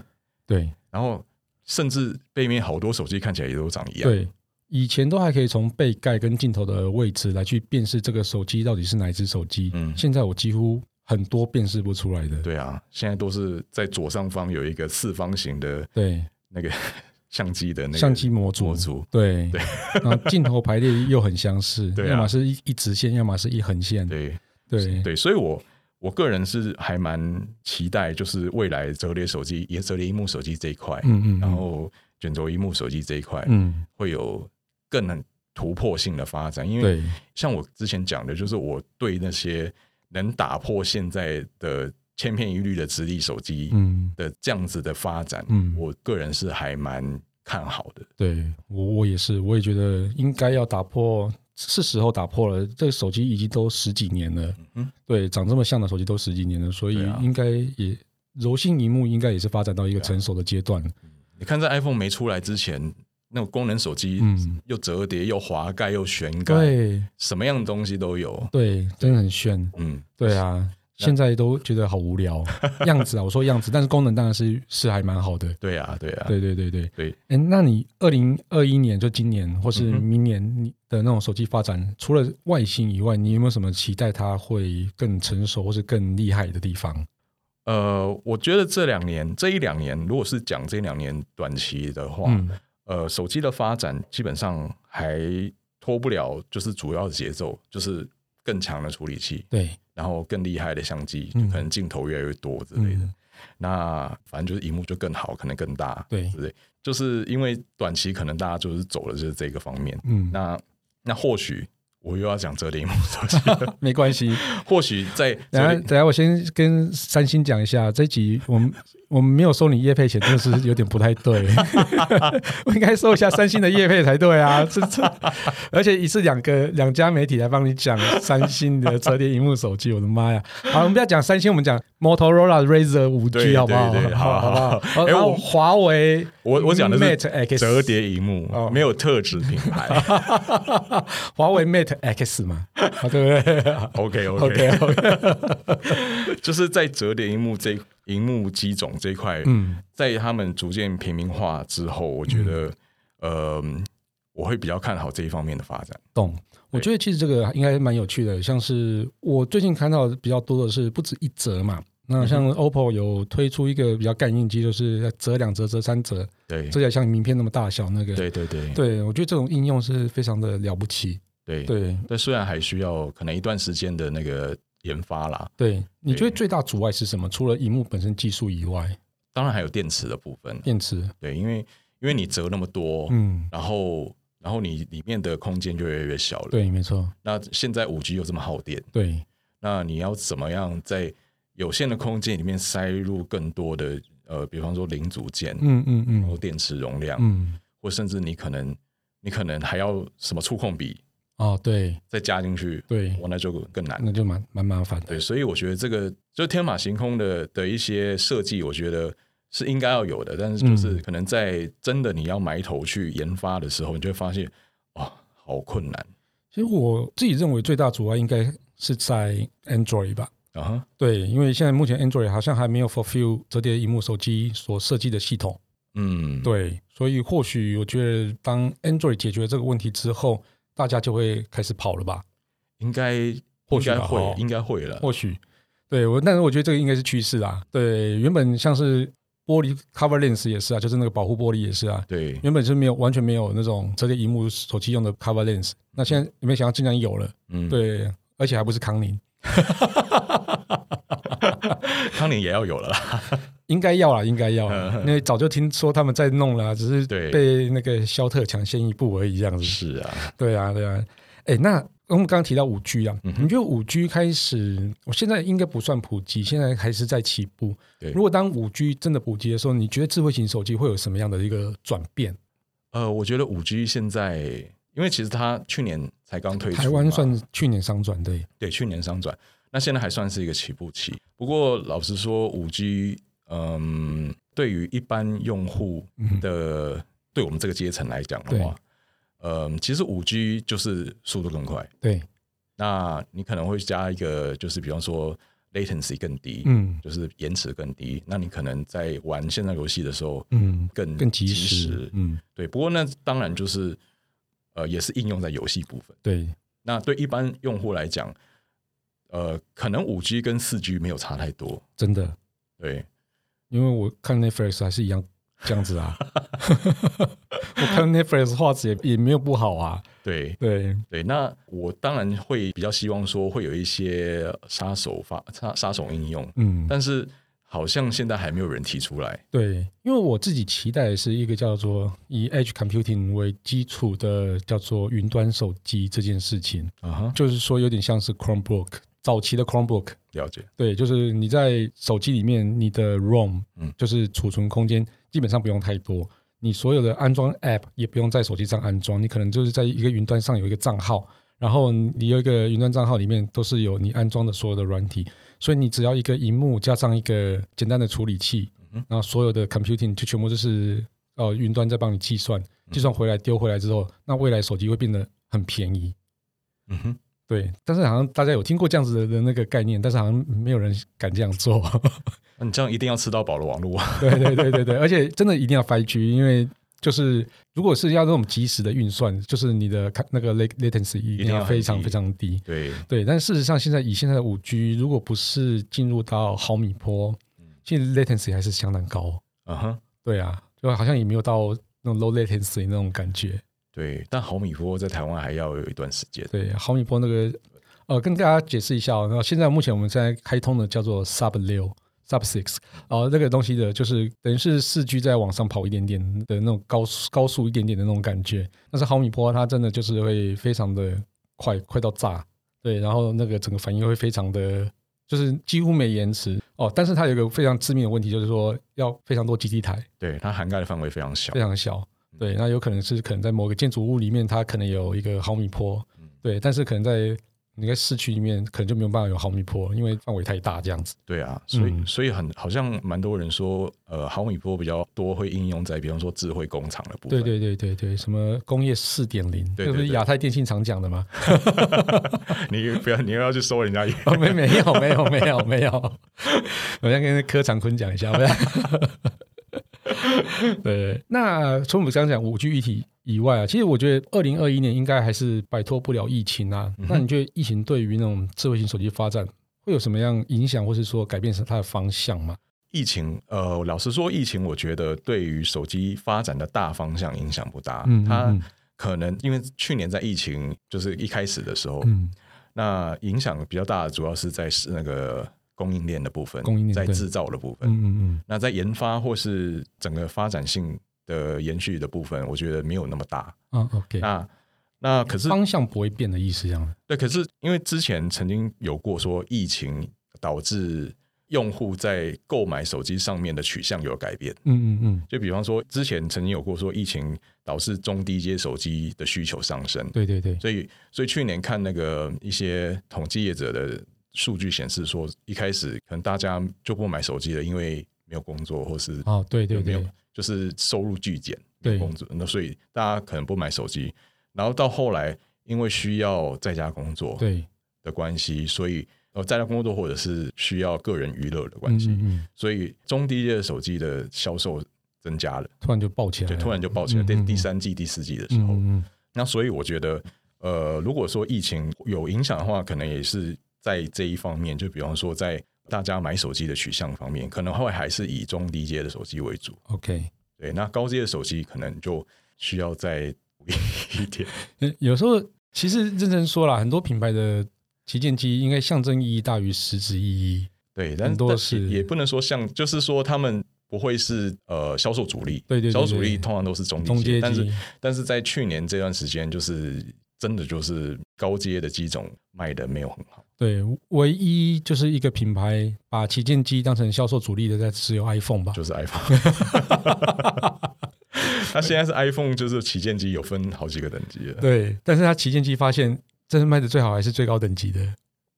Speaker 1: 对
Speaker 2: 然后甚至背面好多手机看起来也都长一样。
Speaker 1: 对，以前都还可以从背盖跟镜头的位置来去辨识这个手机到底是哪一只手机，
Speaker 2: 嗯
Speaker 1: 现在我几乎很多辨识不出来的，
Speaker 2: 对啊，现在都是在左上方有一个四方形的
Speaker 1: 对，
Speaker 2: 那个 相机的那个
Speaker 1: 相机模组，
Speaker 2: 模组，
Speaker 1: 对，然后镜头排列又很相似，
Speaker 2: 对啊
Speaker 1: 要么是一一直线，要么是一横线，
Speaker 2: 对
Speaker 1: 对，
Speaker 2: 对，所以我。我个人是还蛮期待，就是未来折叠手机、也折叠屏幕手机这一块，
Speaker 1: 嗯嗯，
Speaker 2: 然后卷轴屏幕手机这一块，
Speaker 1: 嗯，
Speaker 2: 会有更突破性的发展。因为
Speaker 1: 对，
Speaker 2: 像我之前讲的，就是我对那些能打破现在的千篇一律的直立手机
Speaker 1: 嗯，
Speaker 2: 的这样子的发展，
Speaker 1: 嗯
Speaker 2: 我个人是还蛮看好的。
Speaker 1: 对我我也是，我也觉得应该要打破，是时候打破了。这个手机已经都十几年了，
Speaker 2: 嗯
Speaker 1: 对，长这么像的手机都十几年了，所以
Speaker 2: 对啊
Speaker 1: 应该也、柔性荧幕应该也是发展到一个成熟的阶段。
Speaker 2: 你看，在 iPhone 没出来之前，那种功能手机
Speaker 1: 嗯
Speaker 2: 又折叠又滑盖又旋盖，
Speaker 1: 对
Speaker 2: 什么样的东西都有。
Speaker 1: 对，真的很炫。
Speaker 2: 嗯，
Speaker 1: 对啊，现在都觉得好无聊样子啊，我说样子，但是功能当然是是还蛮好的。
Speaker 2: 对啊，对啊，
Speaker 1: 对对对对
Speaker 2: 对。
Speaker 1: 哎，那你二零二一年就今年或是
Speaker 2: 嗯哼
Speaker 1: 明年你的那种手机发展，除了外形以外，你有没有什么期待它会更成熟或是更厉害的地方？
Speaker 2: 呃，我觉得这两年，这一两年，如果是讲这两年短期的话，
Speaker 1: 嗯，
Speaker 2: 呃，手机的发展基本上还脱不了就是主要的节奏，就是更强的处理器，
Speaker 1: 对，
Speaker 2: 然后更厉害的相机，
Speaker 1: 嗯
Speaker 2: 就可能镜头越来越多之类的。
Speaker 1: 嗯，
Speaker 2: 那反正就是荧幕就更好，可能更大，
Speaker 1: 对
Speaker 2: 对不对？就是因为短期可能大家就是走的就是这个方面。
Speaker 1: 嗯，
Speaker 2: 那那或许我又要讲折叠屏幕手机了，
Speaker 1: 没关系。
Speaker 2: 或许在折
Speaker 1: 等下，
Speaker 2: 叠
Speaker 1: 等下，我先跟三星讲一下，这一集我们 我们没有收你业配钱，真的是有点不太对。 我应该收一下三星的业配才对啊！这这，而且一次两个两家媒体来帮你讲三星的折叠荧幕手机，我的妈呀！好，我们不要讲三星，我们讲 Motorola Razr 五
Speaker 2: 对
Speaker 1: G 好不好？
Speaker 2: 对对
Speaker 1: 好
Speaker 2: 好好
Speaker 1: 不好？
Speaker 2: 哎
Speaker 1: 然后
Speaker 2: 我
Speaker 1: 华为，
Speaker 2: 我我讲的
Speaker 1: Mate
Speaker 2: 是
Speaker 1: X 哦
Speaker 2: 折，叠荧幕，没有特指品牌。
Speaker 1: 华为 Mate X 嘛，好对不对？OK
Speaker 2: OK
Speaker 1: 哦
Speaker 2: OK，
Speaker 1: OK，
Speaker 2: 就是在折叠荧幕这荧幕机种这一块，
Speaker 1: 嗯
Speaker 2: 在他们逐渐平民化之后，我觉得，
Speaker 1: 嗯
Speaker 2: 呃，我会比较看好这一方面的发展。
Speaker 1: 懂。我
Speaker 2: 对
Speaker 1: 觉得其实这个应该蛮有趣的，像是我最近看到的比较多的是不止一折嘛。
Speaker 2: 嗯
Speaker 1: 那像 OPPO 有推出一个比较干硬机，就是折两折、折三折，
Speaker 2: 对
Speaker 1: 折起来像名片那么大小那个。
Speaker 2: 对对对
Speaker 1: 对，我觉得这种应用是非常的了不起。
Speaker 2: 对对。
Speaker 1: 对
Speaker 2: 但虽然还需要可能一段时间的那个研发啦，
Speaker 1: 对，你
Speaker 2: 对
Speaker 1: 觉得最大阻碍是什么？除了荧幕本身技术以外，
Speaker 2: 当然还有电池的部分。
Speaker 1: 电池，
Speaker 2: 对，因为因为你折那么多，
Speaker 1: 嗯，
Speaker 2: 然后然后你里面的空间就越来越小了。
Speaker 1: 对，没错，
Speaker 2: 那现在五 G 又这么耗电，
Speaker 1: 对，
Speaker 2: 那你要怎么样在有限的空间里面塞入更多的呃，比方说零组件，
Speaker 1: 嗯嗯
Speaker 2: 然后
Speaker 1: 嗯
Speaker 2: 电池容量，
Speaker 1: 嗯，
Speaker 2: 或甚至你可能你可能还要什么触控笔
Speaker 1: 哦，对
Speaker 2: 再加进去，
Speaker 1: 对，
Speaker 2: 哇，那就更难。
Speaker 1: 那就蛮蛮麻烦的
Speaker 2: 对，。所以我觉得这个就是天马行空的的一些设计，我觉得是应该要有的，但是
Speaker 1: 嗯
Speaker 2: 就是可能在真的你要埋头去研发的时候，你就会发现哇，好困难
Speaker 1: 其实我自己认为最大阻碍应该是在 Android 吧。
Speaker 2: 啊哈！
Speaker 1: 对，因为现在目前 Android 好像还没有 fulfill 折叠荧幕手机所设计的系统。
Speaker 2: 嗯，
Speaker 1: 对，所以或许我觉得，当 Android 解决这个问题之后，大家就会开始跑了吧？
Speaker 2: 应该
Speaker 1: 或
Speaker 2: 应
Speaker 1: 许吧
Speaker 2: 该会
Speaker 1: 哦，
Speaker 2: 应该会了。
Speaker 1: 或许，对我，但是我觉得这个应该是趋势啦。对，原本像是玻璃 cover lens 也是啊，就是那个保护玻璃也是啊，
Speaker 2: 对，
Speaker 1: 原本是没有完全没有那种折叠荧幕手机用的 cover lens，那现在没想到竟然有了，
Speaker 2: 嗯，，
Speaker 1: 对，而且还不是康宁。
Speaker 2: 康宁也要有了啦。
Speaker 1: 应该要啦，应该要啦，因为早就听说他们在弄啊啦，只是
Speaker 2: 嗯对
Speaker 1: 被那个肖特抢先一步而已，这样子。
Speaker 2: 是啊，
Speaker 1: 对啊，对啊。哎，那我们刚刚提到五 G 啊，
Speaker 2: 嗯哼
Speaker 1: 你觉得五 G 开始，我现在应该不算普及，现在还是在起步。
Speaker 2: 对
Speaker 1: 如果当五 G 真的普及的时候，你觉得智慧型手机会有什么样的一个转变？
Speaker 2: 呃，我觉得五 G 现在，因为其实它去年才刚推出嘛，
Speaker 1: 台湾算去年商转对，
Speaker 2: 对，去年商转，那现在还算是一个起步期。不过老实说，五 G，嗯，对于一般用户
Speaker 1: 嗯
Speaker 2: 的，对我们这个阶层来讲的话，嗯，其实五 G 就是速度更快。
Speaker 1: 对，
Speaker 2: 那你可能会加一个，就是比方说 latency 更低，
Speaker 1: 嗯
Speaker 2: 就是延迟更低。那你可能在玩线上游戏的时候
Speaker 1: 嗯，
Speaker 2: 更
Speaker 1: 更及
Speaker 2: 时
Speaker 1: 时，。嗯，
Speaker 2: 对，不过那当然就是，呃，也是应用在游戏部分。
Speaker 1: 对，
Speaker 2: 那对一般用户来讲，呃，可能五 G 跟四 G 没有差太多。
Speaker 1: 真的，
Speaker 2: 对，
Speaker 1: 因为我看 Netflix 还是一样这样子啊， 我看 Netflix 画质也也没有不好啊，
Speaker 2: 对，
Speaker 1: 对，
Speaker 2: 对。那我当然会比较希望说会有一些杀手法、杀杀手应用，
Speaker 1: 嗯，
Speaker 2: 但是好像现在还没有人提出来。
Speaker 1: 对，因为我自己期待的是一个叫做以 Edge Computing 为基础的叫做云端手机这件事情，
Speaker 2: 啊哈，
Speaker 1: 就是说有点像是 Chromebook 早期的 Chromebook，
Speaker 2: 了解。
Speaker 1: 对，就是你在手机里面你的 ROM，
Speaker 2: 嗯
Speaker 1: 就是储存空间基本上不用太多。你所有的安装 App 也不用在手机上安装，你可能就是在一个云端上有一个账号，然后你有一个云端账号里面都是有你安装的所有的软体，所以你只要一个荧幕加上一个简单的处理器，
Speaker 2: 嗯哼
Speaker 1: 然后所有的 computing 就全部就是呃云端在帮你计算，
Speaker 2: 嗯
Speaker 1: 计算回来丢回来之后，那未来手机会变得很便宜。
Speaker 2: 嗯哼，
Speaker 1: 对，但是好像大家有听过这样子的那个概念，但是好像没有人敢这样做。
Speaker 2: 那你这样一定要吃到饱的网络啊。
Speaker 1: 对对对对对，而且真的一定要 5G，因为就是如果是要那种及时的运算，就是你的看那个 lat- latency 一定
Speaker 2: 定要
Speaker 1: 要非
Speaker 2: 很
Speaker 1: 常
Speaker 2: 低
Speaker 1: 非常低。
Speaker 2: 对，
Speaker 1: 对，但事实上现在以现在的5 G，如果不是进入到毫米波，其实 latency 还是相当高。
Speaker 2: 啊哈，
Speaker 1: 对啊，就好像也没有到那种 low latency 那种感觉。
Speaker 2: 对。但毫米波在台湾还要有一段时间。
Speaker 1: 对，毫米波那个，呃，跟大家解释一下、哦，那现在目前我们现在开通的叫做 Sub 六。Sub six，哦，那个东西的就是等于是四 G 再往上跑一点点的那种高速高速一点点的那种感觉，但是毫米波它真的就是会非常的快快到炸，对，然后那个整个反应会非常的，就是几乎没延迟哦。但是它有一个非常致命的问题，就是说要非常多基地台，
Speaker 2: 对，它涵盖的范围非常小
Speaker 1: 非。常小，
Speaker 2: 嗯
Speaker 1: 对，那有可能是可能在某个建筑物里面，它可能有一个毫米波
Speaker 2: 嗯，
Speaker 1: 对，但是可能在你在市区里面，可能就没有办法有毫米波，因为范围太大这样子。
Speaker 2: 对啊，所以、
Speaker 1: 嗯
Speaker 2: 所以很好像蛮多人说，呃，毫米波比较多会应用在比方说智慧工厂的部
Speaker 1: 对
Speaker 2: 分。
Speaker 1: 对对对对，什么工业四点零，
Speaker 2: 对
Speaker 1: 这不
Speaker 2: 对
Speaker 1: 是
Speaker 2: 对
Speaker 1: 亚太电信常讲的吗？
Speaker 2: 你不要你又要去收人 家眼，
Speaker 1: 哦，没没有没有没有没有， 我先跟柯长坤讲一下。不然对，那除了我们刚刚讲五 G 一体以外啊，其实我觉得二零二一年应该还是摆脱不了疫情啊。
Speaker 2: 嗯哼
Speaker 1: 那你觉得疫情对于那种智慧型手机发展会有什么样影响，或是说改变它的方向吗？
Speaker 2: 疫情，呃，老实说，疫情我觉得对于手机发展的大方向影响不大。
Speaker 1: 嗯嗯
Speaker 2: 它
Speaker 1: 嗯
Speaker 2: 可能因为去年在疫情就是一开始的时候，
Speaker 1: 嗯
Speaker 2: 那影响比较大的主要是在是那个供应链的部分，
Speaker 1: 供应链
Speaker 2: 在
Speaker 1: 对
Speaker 2: 制造的部分。
Speaker 1: 嗯嗯嗯，
Speaker 2: 那在研发或是整个发展性的延续的部分，我觉得没有那么大。
Speaker 1: 啊，OK，
Speaker 2: 那那可是
Speaker 1: 方向不会变的意思，这样的。
Speaker 2: 对，可是因为之前曾经有过说疫情导致用户在购买手机上面的取向有改变，
Speaker 1: 嗯嗯嗯，
Speaker 2: 就比方说之前曾经有过说疫情导致中低阶手机的需求上升，
Speaker 1: 对对对，
Speaker 2: 所以所以去年看那个一些统计业者的数据显示说，一开始可能大家就不买手机了，因为没有工作或是
Speaker 1: 啊，对对
Speaker 2: 没有
Speaker 1: 对，
Speaker 2: 就是收入巨减，
Speaker 1: 对
Speaker 2: 没有工作，那所以大家可能不买手机，然后到后来因为需要在家工作，
Speaker 1: 对，
Speaker 2: 的关系，所以呃，在家工作或者是需要个人娱乐的关
Speaker 1: 嗯
Speaker 2: 系，
Speaker 1: 嗯嗯，
Speaker 2: 所以中低阶的手机的销售增加了，
Speaker 1: 突然就爆起来
Speaker 2: 就
Speaker 1: 了，
Speaker 2: 突然就爆起来。第、
Speaker 1: 嗯嗯嗯
Speaker 2: 第三季、第四季的时候，
Speaker 1: 嗯嗯
Speaker 2: 那所以我觉得，呃，如果说疫情有影响的话，可能也是在这一方面，就比方说在大家买手机的取向方面，可能会还是以中低阶的手机为主。
Speaker 1: 嗯，OK。
Speaker 2: 对，那高阶的手机可能就需要再 努力一点。
Speaker 1: 呃有时候其实认真说啦，很多品牌的旗舰机应该象征意义大于实质意义。
Speaker 2: 对，但
Speaker 1: 很多
Speaker 2: 但
Speaker 1: 是
Speaker 2: 也也不能说像，就是说他们不会是呃销售主力，
Speaker 1: 对对对
Speaker 2: 销售主
Speaker 1: 对
Speaker 2: 力通常都是中低
Speaker 1: 中阶
Speaker 2: 但是
Speaker 1: 机，
Speaker 2: 但是在去年这段时间，就是真的就是高阶的机种卖的没有很好，
Speaker 1: 对，唯一就是一个品牌把旗舰机当成销售主力的，在只有 iPhone 吧。
Speaker 2: 就是 iPhone。那 现在是 iPhone，就是旗舰机有分好几个等级了。
Speaker 1: 对，但是它旗舰机发现，真是卖的最好还是最高等级的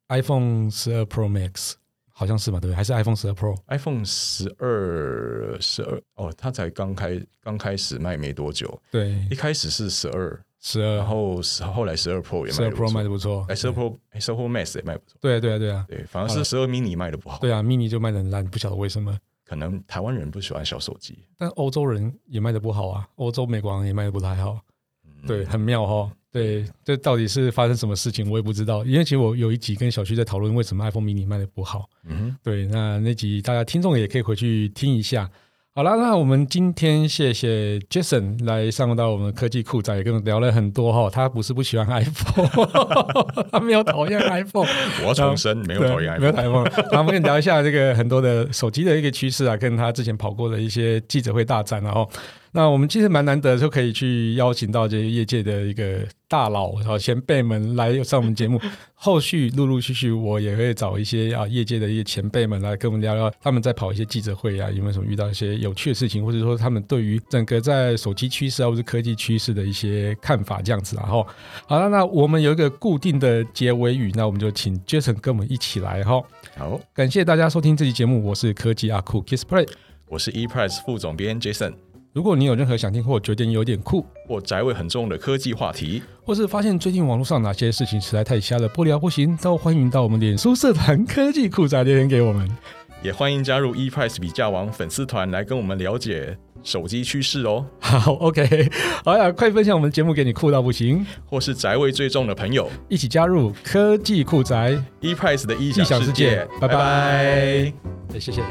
Speaker 1: iPhone 十二 Pro Max，好像是吧？对不对，还是 iPhone 十二 Pro。
Speaker 2: iPhone 十二、十二哦，它才刚开刚开始卖没多久，
Speaker 1: 对
Speaker 2: 一，开始是十二，
Speaker 1: 十二，
Speaker 2: 然后10后来十二 Pro 也
Speaker 1: 十
Speaker 2: 卖
Speaker 1: 二
Speaker 2: 的不
Speaker 1: Pro 卖
Speaker 2: 错，
Speaker 1: 的不错。
Speaker 2: 哎，十二 Pro 十二 Pro Max 也卖不错。
Speaker 1: 对啊，对啊，对啊，
Speaker 2: 对，反而是十二 mini 卖的不好，
Speaker 1: 对啊，mini 就卖的很烂，不晓得为什么。
Speaker 2: 可能台湾人不喜欢小手 机。
Speaker 1: 但欧洲人也卖的不好啊，欧洲、美国人也卖的不太好。
Speaker 2: 嗯
Speaker 1: 对，，很妙哈。对，这到底是发生什么事情，我也不知道。因为其实我有一集跟小旭在讨论为什么 iPhone mini 卖的不好。
Speaker 2: 嗯哼，
Speaker 1: 对，那那集大家听众也可以回去听一下。好啦，那我们今天谢谢 Jason 来上到我们科技酷宅，也跟我们聊了很多哈、他不是不喜欢 iPhone，他没有讨厌 iPhone，
Speaker 2: 我要重申，没有讨厌
Speaker 1: 对没有
Speaker 2: iPhone。
Speaker 1: 台风。然后我们跟你聊一下这个很多的手机的一个趋势啊，跟他之前跑过的一些记者会大战、然后那我们其实蛮难得，就可以去邀请到这些业界的一个大佬，然后前辈们来上我们节目。后续陆陆续续，我也会找一些啊业界的一些前辈们来跟我们聊聊，他们在跑一些记者会啊，有没有什么遇到一些有趣的事情，或者说他们对于整个在手机趋势啊，或者科技趋势的一些看法这样子啊。然后好了，那我们有一个固定的结尾语，那我们就请 Jason 跟我们一起来哈。
Speaker 2: 好，
Speaker 1: 感谢大家收听这期节目，我是科技阿酷 Kiss Play。
Speaker 2: 我是 ePrice 副总编 Jason，
Speaker 1: 如果你有任何想听或觉得有点酷，
Speaker 2: 或宅味很重的科技话题，
Speaker 1: 或是发现最近网络上哪些事情实在太瞎了，不聊不行，都欢迎到我们脸书社团科技酷宅留言给我们。
Speaker 2: 也欢迎加入 ePrice 比价王粉丝团来跟我们了解手机趋势哦，
Speaker 1: 好，OK，好呀，快分享我们节目给你酷到不行，
Speaker 2: 或是宅味最重的朋友
Speaker 1: 一起加入科技酷宅。
Speaker 2: ePrice 的异想
Speaker 1: 异想
Speaker 2: 世
Speaker 1: 世界
Speaker 2: 界，
Speaker 1: 拜拜
Speaker 2: 拜
Speaker 1: 哎谢谢。
Speaker 2: 拜，